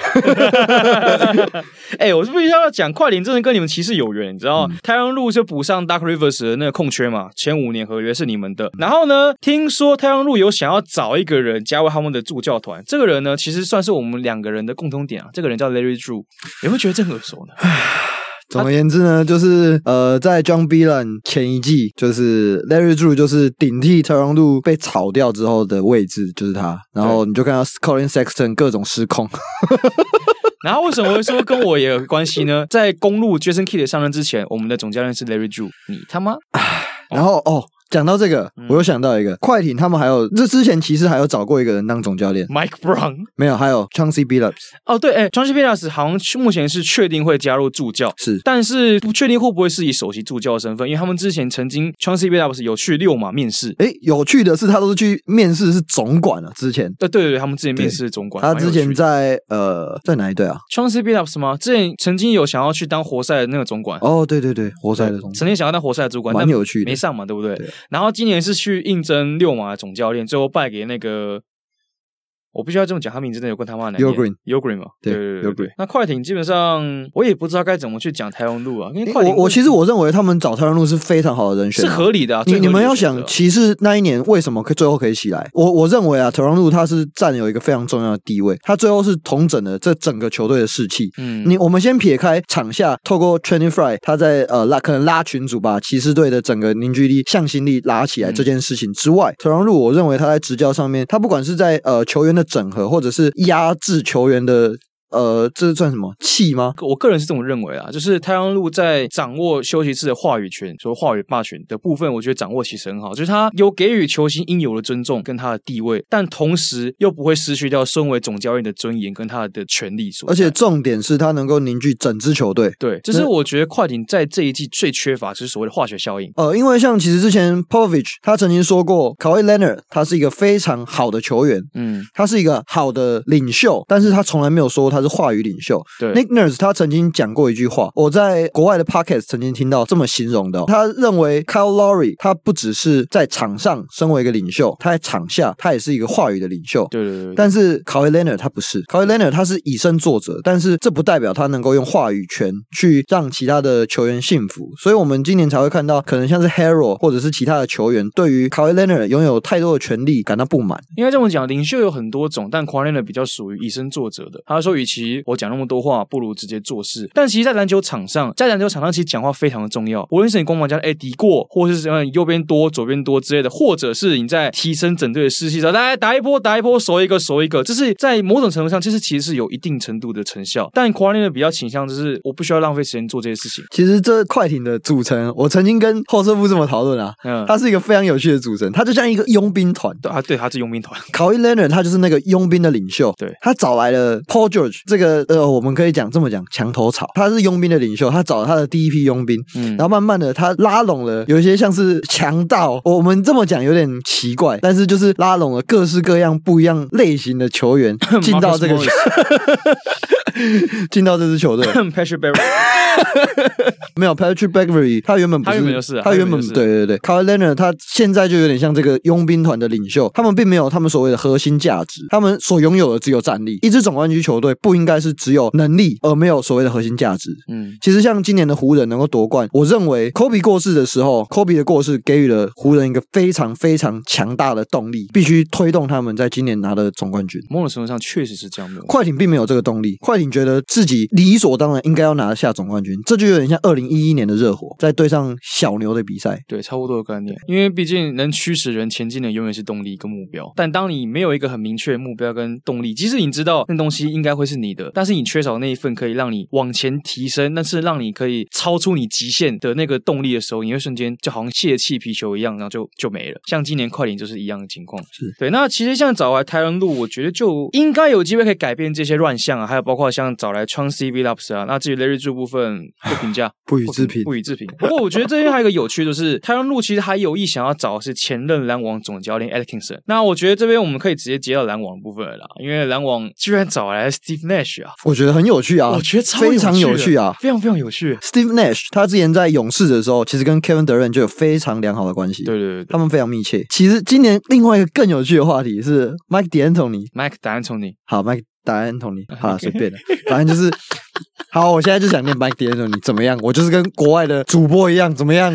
[SPEAKER 1] 哎、我是必须要讲，快艇真的跟你们骑士有缘，你知道吗？太阳路就补上 Dark Rivers 的那个空缺嘛，前五年合约是你们的。然后呢，听说太阳路有想要找一个人加入他们的助教团，这个人呢，其实算是我们两个人的共通点啊。这个人叫 Larry Drew，有没有觉得这很耳熟呢？
[SPEAKER 2] 总而言之呢，就是呃，在 John b i l a n 前一季，就是 Larry Drew 就是顶替 t e r o n 路被炒掉之后的位置，就是他。然后你就看到 Colin Sexton 各种失控，
[SPEAKER 1] 然后为什么会说跟我也有关系呢？在公路 Jason Kidd 上任之前，我们的总教练是 Larry Drew，你他妈
[SPEAKER 2] 然后哦。讲到这个，
[SPEAKER 1] 嗯
[SPEAKER 2] 我又想到一个、快艇，他们还有这之前其实还有找过一个人当总教练，
[SPEAKER 1] Mike Brown。
[SPEAKER 2] 没有，还有 Chauncey Billups
[SPEAKER 1] 哦，对，哎，John C. p i l a s 好像目前是确定会加入助教，
[SPEAKER 2] 是
[SPEAKER 1] 但是不确定会不会是以首席助教的身份，因为他们之前曾经 John C. p i l a s 有去六马面试，
[SPEAKER 2] 诶，有趣的是，他都是去面试是总管啊。之前
[SPEAKER 1] 呃，对对对，他们之前面试总管，
[SPEAKER 2] 他之
[SPEAKER 1] 蛮有
[SPEAKER 2] 前
[SPEAKER 1] 趣的
[SPEAKER 2] 在呃在哪一队啊？
[SPEAKER 1] John C. p i l a s 吗？之前曾经有想要去当活塞的那个总管，
[SPEAKER 2] 哦，对对对，活塞的总
[SPEAKER 1] 曾经想要当活塞的主管，
[SPEAKER 2] 蛮
[SPEAKER 1] 但
[SPEAKER 2] 有趣的
[SPEAKER 1] 没上嘛，对不对？
[SPEAKER 2] 对
[SPEAKER 1] 然后今年是去应征六马的总教练，最后败给那个我必须要这么讲，他名字真的有跟他妈难
[SPEAKER 2] Yogrin
[SPEAKER 1] u g r i n 嘛，
[SPEAKER 2] 对
[SPEAKER 1] 对对
[SPEAKER 2] Yogrin
[SPEAKER 1] 那快艇基本上我也不知道该怎么去讲台湾路啊，因为快艇
[SPEAKER 2] 我我其实我认为他们找台湾路是非常好的人选
[SPEAKER 1] 是
[SPEAKER 2] 啊、
[SPEAKER 1] 合理的啊。
[SPEAKER 2] 你
[SPEAKER 1] 最合理
[SPEAKER 2] 你
[SPEAKER 1] 的
[SPEAKER 2] 们要
[SPEAKER 1] 选择
[SPEAKER 2] 想骑士那一年为什么可以最后可以起来？我我认为啊，特朗路他是占有一个非常重要的地位，他最后是统整了这整个球队的士气。
[SPEAKER 1] 嗯，
[SPEAKER 2] 你我们先撇开场下透过 Training Fry 他在呃拉可能拉群组把骑士队的整个凝聚力向心力拉起来
[SPEAKER 1] 嗯
[SPEAKER 2] 这件事情之外，特朗路我认为他在执教上面，他不管是在呃球员的整合或者是压制球员的呃这算什么气吗？
[SPEAKER 1] 我个人是这么认为啊，就是太阳路在掌握休息室的话语权，说话语霸权的部分，我觉得掌握其实很好，就是他有给予球星应有的尊重跟他的地位，但同时又不会失去掉身为总教练的尊严跟他的权利所在。
[SPEAKER 2] 而且重点是他能够凝聚整支球队。
[SPEAKER 1] 对，这是我觉得快艇在这一季最缺乏，就是所谓的化学效应。
[SPEAKER 2] 呃，因为像其实之前 Popovich 他曾经说过 k a w i Leonard 他是一个非常好的球员，
[SPEAKER 1] 嗯，
[SPEAKER 2] 他是一个好的领袖，但是他从来没有说他是话语领袖。
[SPEAKER 1] 对，
[SPEAKER 2] Nick Nurse 他曾经讲过一句话，我在国外的 podcast 曾经听到这么形容的哦、他认为 Kyle Lowry 他不只是在场上身为一个领袖，他在场下他也是一个话语的领袖。
[SPEAKER 1] 对对对对，
[SPEAKER 2] 但是 k a w i Leonard 他不是 k a w i Leonard 他是以身作则，但是这不代表他能够用话语权去让其他的球员信服，所以我们今年才会看到可能像是 Hero 或者是其他的球员对于 k a w i Leonard 拥有太多的权利感到不满。
[SPEAKER 1] 应该这么讲，领袖有很多种，但 q u a r n e r 比较属于以身作则的。他说，与其我讲那么多话，不如直接做事。但其实，在篮球场上，在篮球场上，其实讲话非常的重要。无论是你攻防加哎敌过，或是什么右边多、左边多之类的，或者是你在提升整队的士气上，来打一波、打一波，守一个、守一个，这是在某种程度上，这是其实是有一定程度的成效。但 q u a r n e r 比较倾向就是我不需要浪费时间做这些事情。
[SPEAKER 2] 其实这快艇的组成，我曾经跟后撤部这么讨论啊，
[SPEAKER 1] 嗯，
[SPEAKER 2] 它是一个非常有趣的组成，它就像一个佣兵团的。
[SPEAKER 1] 啊，对，他是佣兵团，
[SPEAKER 2] 考伊 Leonard 他就是那个佣兵的领袖，
[SPEAKER 1] 对
[SPEAKER 2] 他找来了 Paul George 这个呃，我们可以讲这么讲墙头草，他是佣兵的领袖，他找了他的第一批佣兵，
[SPEAKER 1] 嗯
[SPEAKER 2] 然后慢慢的他拉拢了有一些像是强盗，我们这么讲有点奇怪，但是就是拉拢了各式各样不一样类型的球 员进到这个
[SPEAKER 1] Marcus
[SPEAKER 2] 进到这支球队，
[SPEAKER 1] Patrick Barry，
[SPEAKER 2] 没有 Patrick Beverly，他原本不
[SPEAKER 1] 他原本就是啊
[SPEAKER 2] 他原
[SPEAKER 1] 他原
[SPEAKER 2] 本
[SPEAKER 1] 本就是
[SPEAKER 2] 对对对 c a r l i n a 他现在就有点像这个佣兵团的领袖，他们并没有他们所谓的核心价值，他们所拥有的只有战力。一支总冠军球队不应该是只有能力而没有所谓的核心价值。
[SPEAKER 1] 嗯，
[SPEAKER 2] 其实像今年的湖人能够夺冠，我认为科比过世的时候，科比的过世给予了湖人一个非常非常强大的动力，必须推动他们在今年拿的总冠军。
[SPEAKER 1] 某种程度上确实是这样没有错。
[SPEAKER 2] 快艇并没有这个动力，快艇觉得自己理所当然应该要拿下总冠军，这就有点像二零一一年的热火在对上小牛的比赛。
[SPEAKER 1] 对，差不多的概念。因为毕竟能驱使人前进的永远是动力跟目标，但当你没有一个很明确的目标跟动力，即使你知道那东西应该会是你的，但是你缺少那一份可以让你往前提升，但是让你可以超出你极限的那个动力的时候，你会瞬间就好像泄气皮球一样，然后就就没了。像今年快艇就是一样的情况。
[SPEAKER 2] 是
[SPEAKER 1] 对。那其实像找来台湾路，我觉得就应该有机会可以改变这些乱象啊，还有包括像找来川 C V Laps 啊。那至于 Larry 这部分不评价，
[SPEAKER 2] 不予置评
[SPEAKER 1] 不予置评。不过我觉得这边还有一个有趣，就是 台湾路其实还有意想要找的是前任篮网总教练 Atkinson。那我觉得这边我们可以直接接到篮网的部分了啦，因为篮网居然找来 Steve Nash 啊，
[SPEAKER 2] 我觉得很有趣啊，
[SPEAKER 1] 我觉得超
[SPEAKER 2] 非常有
[SPEAKER 1] 有
[SPEAKER 2] 趣啊。
[SPEAKER 1] 非常非常有趣。
[SPEAKER 2] Steve Nash 他之前在勇士的时候，其实跟 Kevin Durant 就有非常良好的关系，
[SPEAKER 1] 对对对对
[SPEAKER 2] 他们非常密切。其实今年另外一个更有趣的话题是 Mike D'Antoni，
[SPEAKER 1] ，Mike D'Antoni，
[SPEAKER 2] 好，Mike D'Antoni，好啦随便的，反正就是。好，我现在就想念 Mike D'Antoni 怎么样？我就是跟国外的主播一样，怎么样？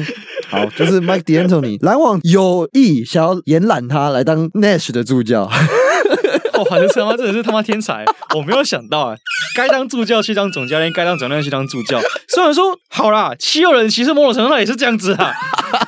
[SPEAKER 2] 好，就是 Mike D'Antoni，篮网有意想要延揽他来当 Nash 的助教，
[SPEAKER 1] 哇，这他妈真哦的是他妈天才！我没有想到啊，该当助教去当总教练，该当总教练去当助教。虽然说好啦，七六人其实某种程度上也是这样子啊。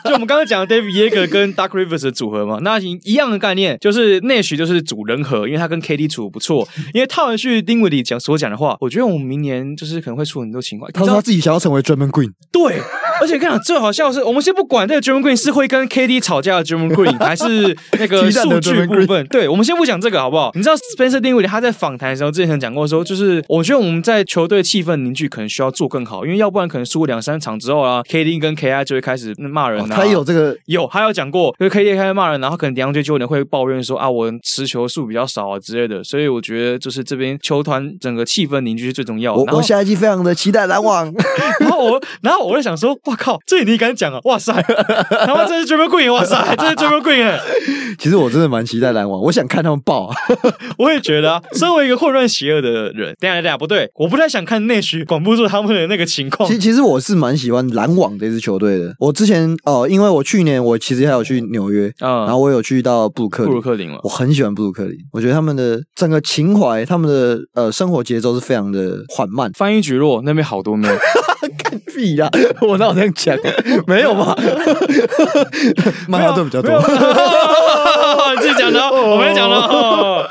[SPEAKER 1] 就我们刚刚讲的 David Yeager 跟 Dark Rivers 的组合嘛，那一一样的概念，就是内许就是主人和，因为他跟 KD 处得不错。因为套上去丁伟里讲所讲的话，我觉得我们明年就是可能会出很多情况。
[SPEAKER 2] 他说他自己想要成为 Draymond Green，
[SPEAKER 1] 对，而且跟你讲，最好笑的是，我们先不管那个 German Green 是会跟 KD 吵架的 German Green，还是那个
[SPEAKER 2] 鸡蛋
[SPEAKER 1] 数
[SPEAKER 2] 的
[SPEAKER 1] 据
[SPEAKER 2] German
[SPEAKER 1] 部分。对，我们先不讲这个好不好？你知道 Spencer d i n w i d 他在访谈的时候之前曾讲过说，就是我觉得我们在球队气氛凝聚可能需要做更好，因为要不然可能输两三场之后啊，KD 跟 KI 就会开始骂人
[SPEAKER 2] 哦
[SPEAKER 1] 啊。
[SPEAKER 2] 他有这个
[SPEAKER 1] 有，他有讲过，就是 KD 开始骂人，然后可能梁俊就有人会抱怨说啊，我持球数比较少啊之类的，所以我觉得就是这边球团整个气氛凝聚是最重要的。
[SPEAKER 2] 我
[SPEAKER 1] 哦然后
[SPEAKER 2] 我下一季非常的期待篮网，
[SPEAKER 1] 然后我，然后我就想说，哇哇靠，这你敢讲啊？哇塞， 他妈这是 Dream Queen，哇塞，这是 Dream Queen 哎、
[SPEAKER 2] 其实我真的蛮期待篮网，我想看他们爆啊！
[SPEAKER 1] 我也觉得啊，身为一个混乱邪恶的人，等一下等一下不对，我不太想看内需管不住他们的那个情况
[SPEAKER 2] 其。其实我是蛮喜欢篮网这支球队的。我之前哦、因为我去年我其实还有去纽约，
[SPEAKER 1] 啊
[SPEAKER 2] 然后我有去到布鲁克
[SPEAKER 1] 布
[SPEAKER 2] 林
[SPEAKER 1] 鲁，克林了。
[SPEAKER 2] 我，很喜欢布鲁克林，我觉得他们的整个情怀，他们的呃生活节奏是非常的 缓慢
[SPEAKER 1] 翻译局落那边好多妹，
[SPEAKER 2] 干屁啦！ 我哪有这样讲？ 没有吧？曼哈顿比较多
[SPEAKER 1] 没有。哦自己讲的哦，我没讲的哦。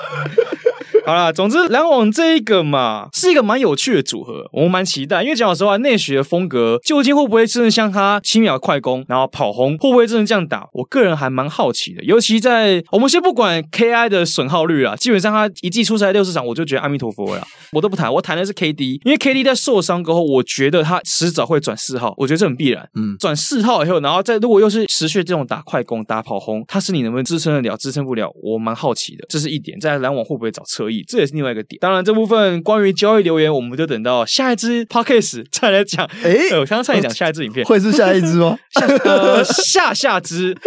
[SPEAKER 1] 好啦，总之篮网这一个嘛，是一个蛮有趣的组合，我们蛮期待。因为讲老实话，内许的风格究竟会不会真的像他七秒快攻，然后跑轰，会不会真的这样打？我个人还蛮好奇的。尤其在我们先不管 KI 的损耗率啊，基本上他一季出赛六十场，我就觉得阿弥陀佛了啦。我都不谈，我谈的是 KD，因为 KD 在受伤过后，我觉得他迟早会转四号，我觉得这很必然。
[SPEAKER 2] 嗯
[SPEAKER 1] 转四号以后，然后再如果又是持续这种打快攻、打跑轰，他身体能不能支撑得了、支撑不了，我蛮好奇的，这是一点。再来篮网会不会找侧翼，这也是另外一个点。当然，这部分关于交易留言，我们就等到下一支 podcast 再来讲。
[SPEAKER 2] 哎、
[SPEAKER 1] 哎、我刚刚差点讲下一支影 片，
[SPEAKER 2] 会是下一支 吗？
[SPEAKER 1] 下呃下下支。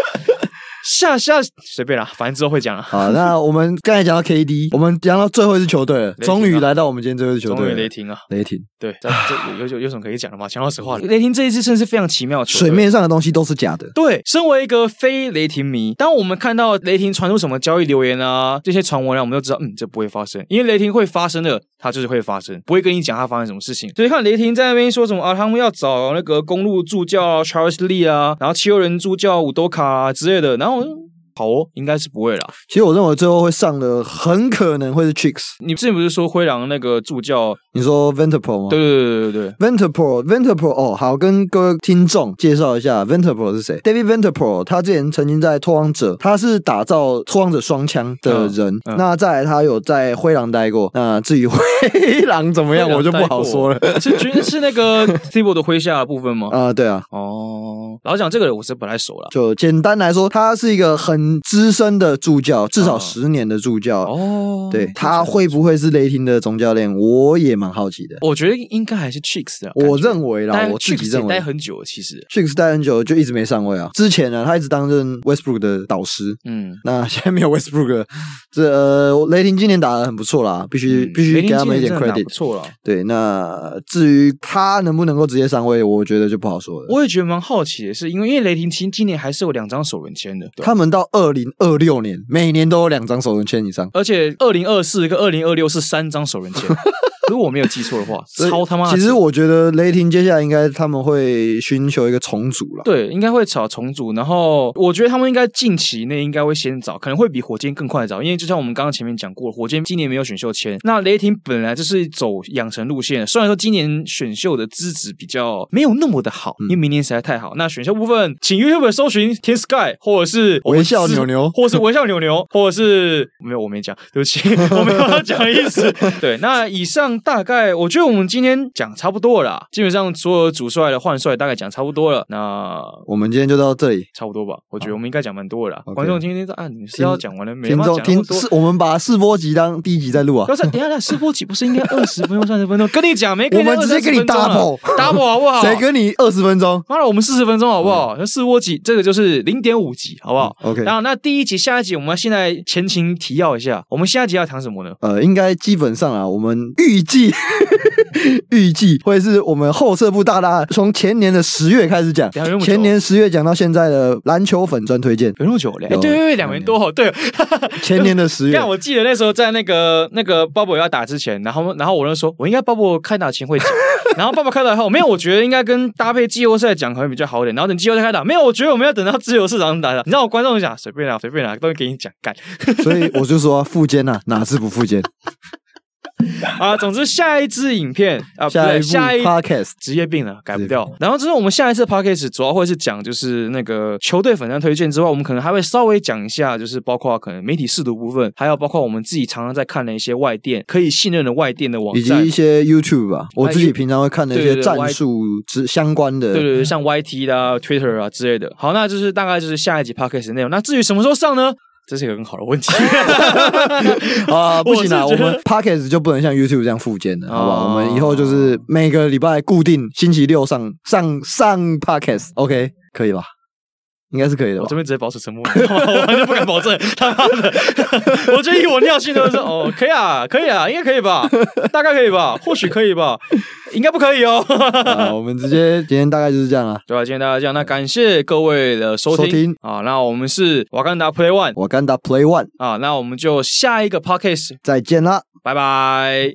[SPEAKER 1] 下下随便啦，反正之后会讲啦。啊
[SPEAKER 2] 好，那我们刚才讲到 KD，我们讲到最后一支球队了，
[SPEAKER 1] 霆啊
[SPEAKER 2] 终于来到我们今天最后一支球
[SPEAKER 1] 终于
[SPEAKER 2] 队
[SPEAKER 1] 雷
[SPEAKER 2] 了。
[SPEAKER 1] 霆啊，
[SPEAKER 2] 雷霆，
[SPEAKER 1] 对，这这有有有什么可以讲的吗？讲到实话，雷霆这一支真的是非常奇妙的球队
[SPEAKER 2] 嗯水面上的东西都是假的。
[SPEAKER 1] 对，身为一个非雷霆迷，当我们看到雷霆传出什么交易留言啊，这些传闻啊，我们都知道，嗯，这不会发生，因为雷霆会发生的，它就是会发生，不会跟你讲它发生什么事情。所以看雷霆在那边说什么啊，他们要找那个公路助教 Charles Lee 啊，然后七六人助教伍多卡、啊、之类的，然后我就好哦，应该是不会啦。
[SPEAKER 2] 其实我认为最后会上的很可能会是 Chicks。
[SPEAKER 1] 你之前不是说灰狼那个助教？
[SPEAKER 2] 你说 Ventapro 吗？
[SPEAKER 1] 对对对对对
[SPEAKER 2] v e n t a p r o v e n t a p r o 哦，好，跟各位听众介绍一下 v e n t a p r o 是谁。David v e n t a p r o 他之前曾经在拓荒者，他是打造拓荒者双枪的人。
[SPEAKER 1] 嗯嗯
[SPEAKER 2] 那再来，他有在灰狼待过。那至于灰狼怎么样，
[SPEAKER 1] 灰狼
[SPEAKER 2] 我就不好说了。
[SPEAKER 1] 对，是觉得是那个 t i b o 的麾下的部分吗？
[SPEAKER 2] 啊、对啊，
[SPEAKER 1] 哦，老实讲这个人我是不太熟了。
[SPEAKER 2] 就简单来说，他是一个很资深的助教，至少
[SPEAKER 1] 嗯
[SPEAKER 2] 十年的助教。
[SPEAKER 1] 哦，
[SPEAKER 2] 对，他会不会是雷霆的总教练？我也蛮好奇的。
[SPEAKER 1] 我觉得应该还是 Chicks 啊，
[SPEAKER 2] 我
[SPEAKER 1] 感觉
[SPEAKER 2] 认为啦
[SPEAKER 1] 但，
[SPEAKER 2] 我自己
[SPEAKER 1] Chicks
[SPEAKER 2] 认
[SPEAKER 1] 也
[SPEAKER 2] 为
[SPEAKER 1] 待。很久了，其实，
[SPEAKER 2] Chicks 待很久就一直没上位啊。之前呢，他一直担任 Westbrook 的导师，
[SPEAKER 1] 嗯，
[SPEAKER 2] 那现在没有 Westbrook，了这呃雷霆今年打得很不错啦，必须、必须
[SPEAKER 1] 嗯雷霆
[SPEAKER 2] 给他们一
[SPEAKER 1] 今
[SPEAKER 2] 点
[SPEAKER 1] 年真的打不
[SPEAKER 2] credit。
[SPEAKER 1] 错了。
[SPEAKER 2] 对，那至于他能不能够直接上位，我觉得就不好说了。
[SPEAKER 1] 我也觉得蛮好奇的是，因为因为雷霆今今年还是有两张首轮签的，对
[SPEAKER 2] 他们到二零二六年，每年都有两张首轮签以上，
[SPEAKER 1] 而且二零二四跟二零二六是三张首 轮签，如果我没有记错的话，
[SPEAKER 2] 所以
[SPEAKER 1] 超他妈的扯。
[SPEAKER 2] 其实我觉得雷霆接下来应该他们会寻求一个重组了。
[SPEAKER 1] 对，应该会找重组，然后我觉得他们应该近期内应该会先找，可能会比火箭更快找，因为就像我们刚刚前面讲过，火箭今年没有选秀签，那雷霆本来就是走养成路线，虽然说今年选秀的资质比较没有那么的好，因为明年实在太好。那选秀部分，请 YouTube 搜寻 Team Sky 或者是我们
[SPEAKER 2] 微笑
[SPEAKER 1] 之
[SPEAKER 2] 扭扭
[SPEAKER 1] 或是微笑扭扭，或者是没有我没讲，对不起，我没有要讲的意思。 对，那以上大概我觉得我们今天讲差不多了啦，基本上所有主帅的换帅大概讲差不多了，那。
[SPEAKER 2] 我们今天就到这里，
[SPEAKER 1] 差不多吧，我觉得我们应该讲蛮多的啦。
[SPEAKER 2] OK
[SPEAKER 1] 观众今天说啊，你们是
[SPEAKER 2] 听
[SPEAKER 1] 要讲完了没？
[SPEAKER 2] 听
[SPEAKER 1] 要
[SPEAKER 2] 众
[SPEAKER 1] 讲那
[SPEAKER 2] 听
[SPEAKER 1] 么多。
[SPEAKER 2] 是我们把试播集当第一集在录啊
[SPEAKER 1] 不。是，等一下，等一下试播集不是应该二十分钟、三十分钟？跟你讲，没跟
[SPEAKER 2] 我们直接给你 double
[SPEAKER 1] 啊 double 好不好？
[SPEAKER 2] 谁跟嗯你二十分钟
[SPEAKER 1] 妈的，我们四十分钟好不好？那试播集这个就是零点五集，好不好？
[SPEAKER 2] ？OK，
[SPEAKER 1] 然后那第一集、下一集，我们现在前情提要一下，我们下一集要谈什么呢？
[SPEAKER 2] 呃，应该基本上啊，我们预计 预计会是我们后撤步大大从前年的十月开始讲
[SPEAKER 1] 等一下有那，么久
[SPEAKER 2] 前年十月讲到现在的篮球粉专推 荐，
[SPEAKER 1] 有那么久了？哎
[SPEAKER 2] 有
[SPEAKER 1] 对对对，两
[SPEAKER 2] 两
[SPEAKER 1] 年
[SPEAKER 2] 年
[SPEAKER 1] 多哦，对，
[SPEAKER 2] 前年的十月
[SPEAKER 1] 但，我记得那时候在那个那个鲍勃要打之前，然后然后我就说，我应该鲍勃开打前会讲， 然后鲍勃开打后没有，我觉得应该跟搭配季后赛讲可能比较好一点，然后等季后赛开打没有，我觉得我们要等到自由市场打打，你让我观众讲随便啦，啊随便啦，都给你讲干
[SPEAKER 2] 所以我就说啊富坚呐，哪是不富坚？
[SPEAKER 1] 啊。总之下一支影片啊，不
[SPEAKER 2] 下
[SPEAKER 1] 对，
[SPEAKER 2] 一部
[SPEAKER 1] 下一
[SPEAKER 2] podcast
[SPEAKER 1] 职业病了，改不掉。然后之后我们下一次 podcast 主要会是讲就是那个球队粉丝推荐之外，我们可能还会稍微讲一下，就是包括可能媒体试读部分，还有包括我们自己常常在看的一些外电可以信任的外电的网
[SPEAKER 2] 以及
[SPEAKER 1] 站
[SPEAKER 2] 一。些 YouTube 吧，我自
[SPEAKER 1] 啊
[SPEAKER 2] 己
[SPEAKER 1] ，You-
[SPEAKER 2] 平常会看的一
[SPEAKER 1] 对
[SPEAKER 2] 些
[SPEAKER 1] 对对
[SPEAKER 2] 战
[SPEAKER 1] Y-
[SPEAKER 2] 术之相关的，
[SPEAKER 1] 对对对，像 YT 啦、Twitter 啊之类的。好，那就是大概就是下一集 podcast 的内容。那至于什么时候上呢？这是一个很好的问题。
[SPEAKER 2] 啊，不行啊，
[SPEAKER 1] 我
[SPEAKER 2] 我
[SPEAKER 1] 是觉得
[SPEAKER 2] 们 podcast 就不能像 YouTube 这样附件了，好不好？
[SPEAKER 1] 哦
[SPEAKER 2] 我们以后就是每个礼拜固定星期六上上上 podcast，OK，、可以吧？应该是可以的吧
[SPEAKER 1] 我这？边直接保持沉默， 我完全不敢保证。他妈的，我觉得以我尿性都 是哦，可以啊，可以啊，应该可以吧，大概可以吧，或许可以吧，应该不可以哦。
[SPEAKER 2] 啊，我们直接今天大概就是这样了。
[SPEAKER 1] 对吧、今天大家这样，那感谢各位的收听
[SPEAKER 2] 收听
[SPEAKER 1] 啊。那我们是瓦干达 Play One
[SPEAKER 2] 我干达 Play One，
[SPEAKER 1] 啊，那我们就下一个 Podcast
[SPEAKER 2] 再见啦。
[SPEAKER 1] 拜拜。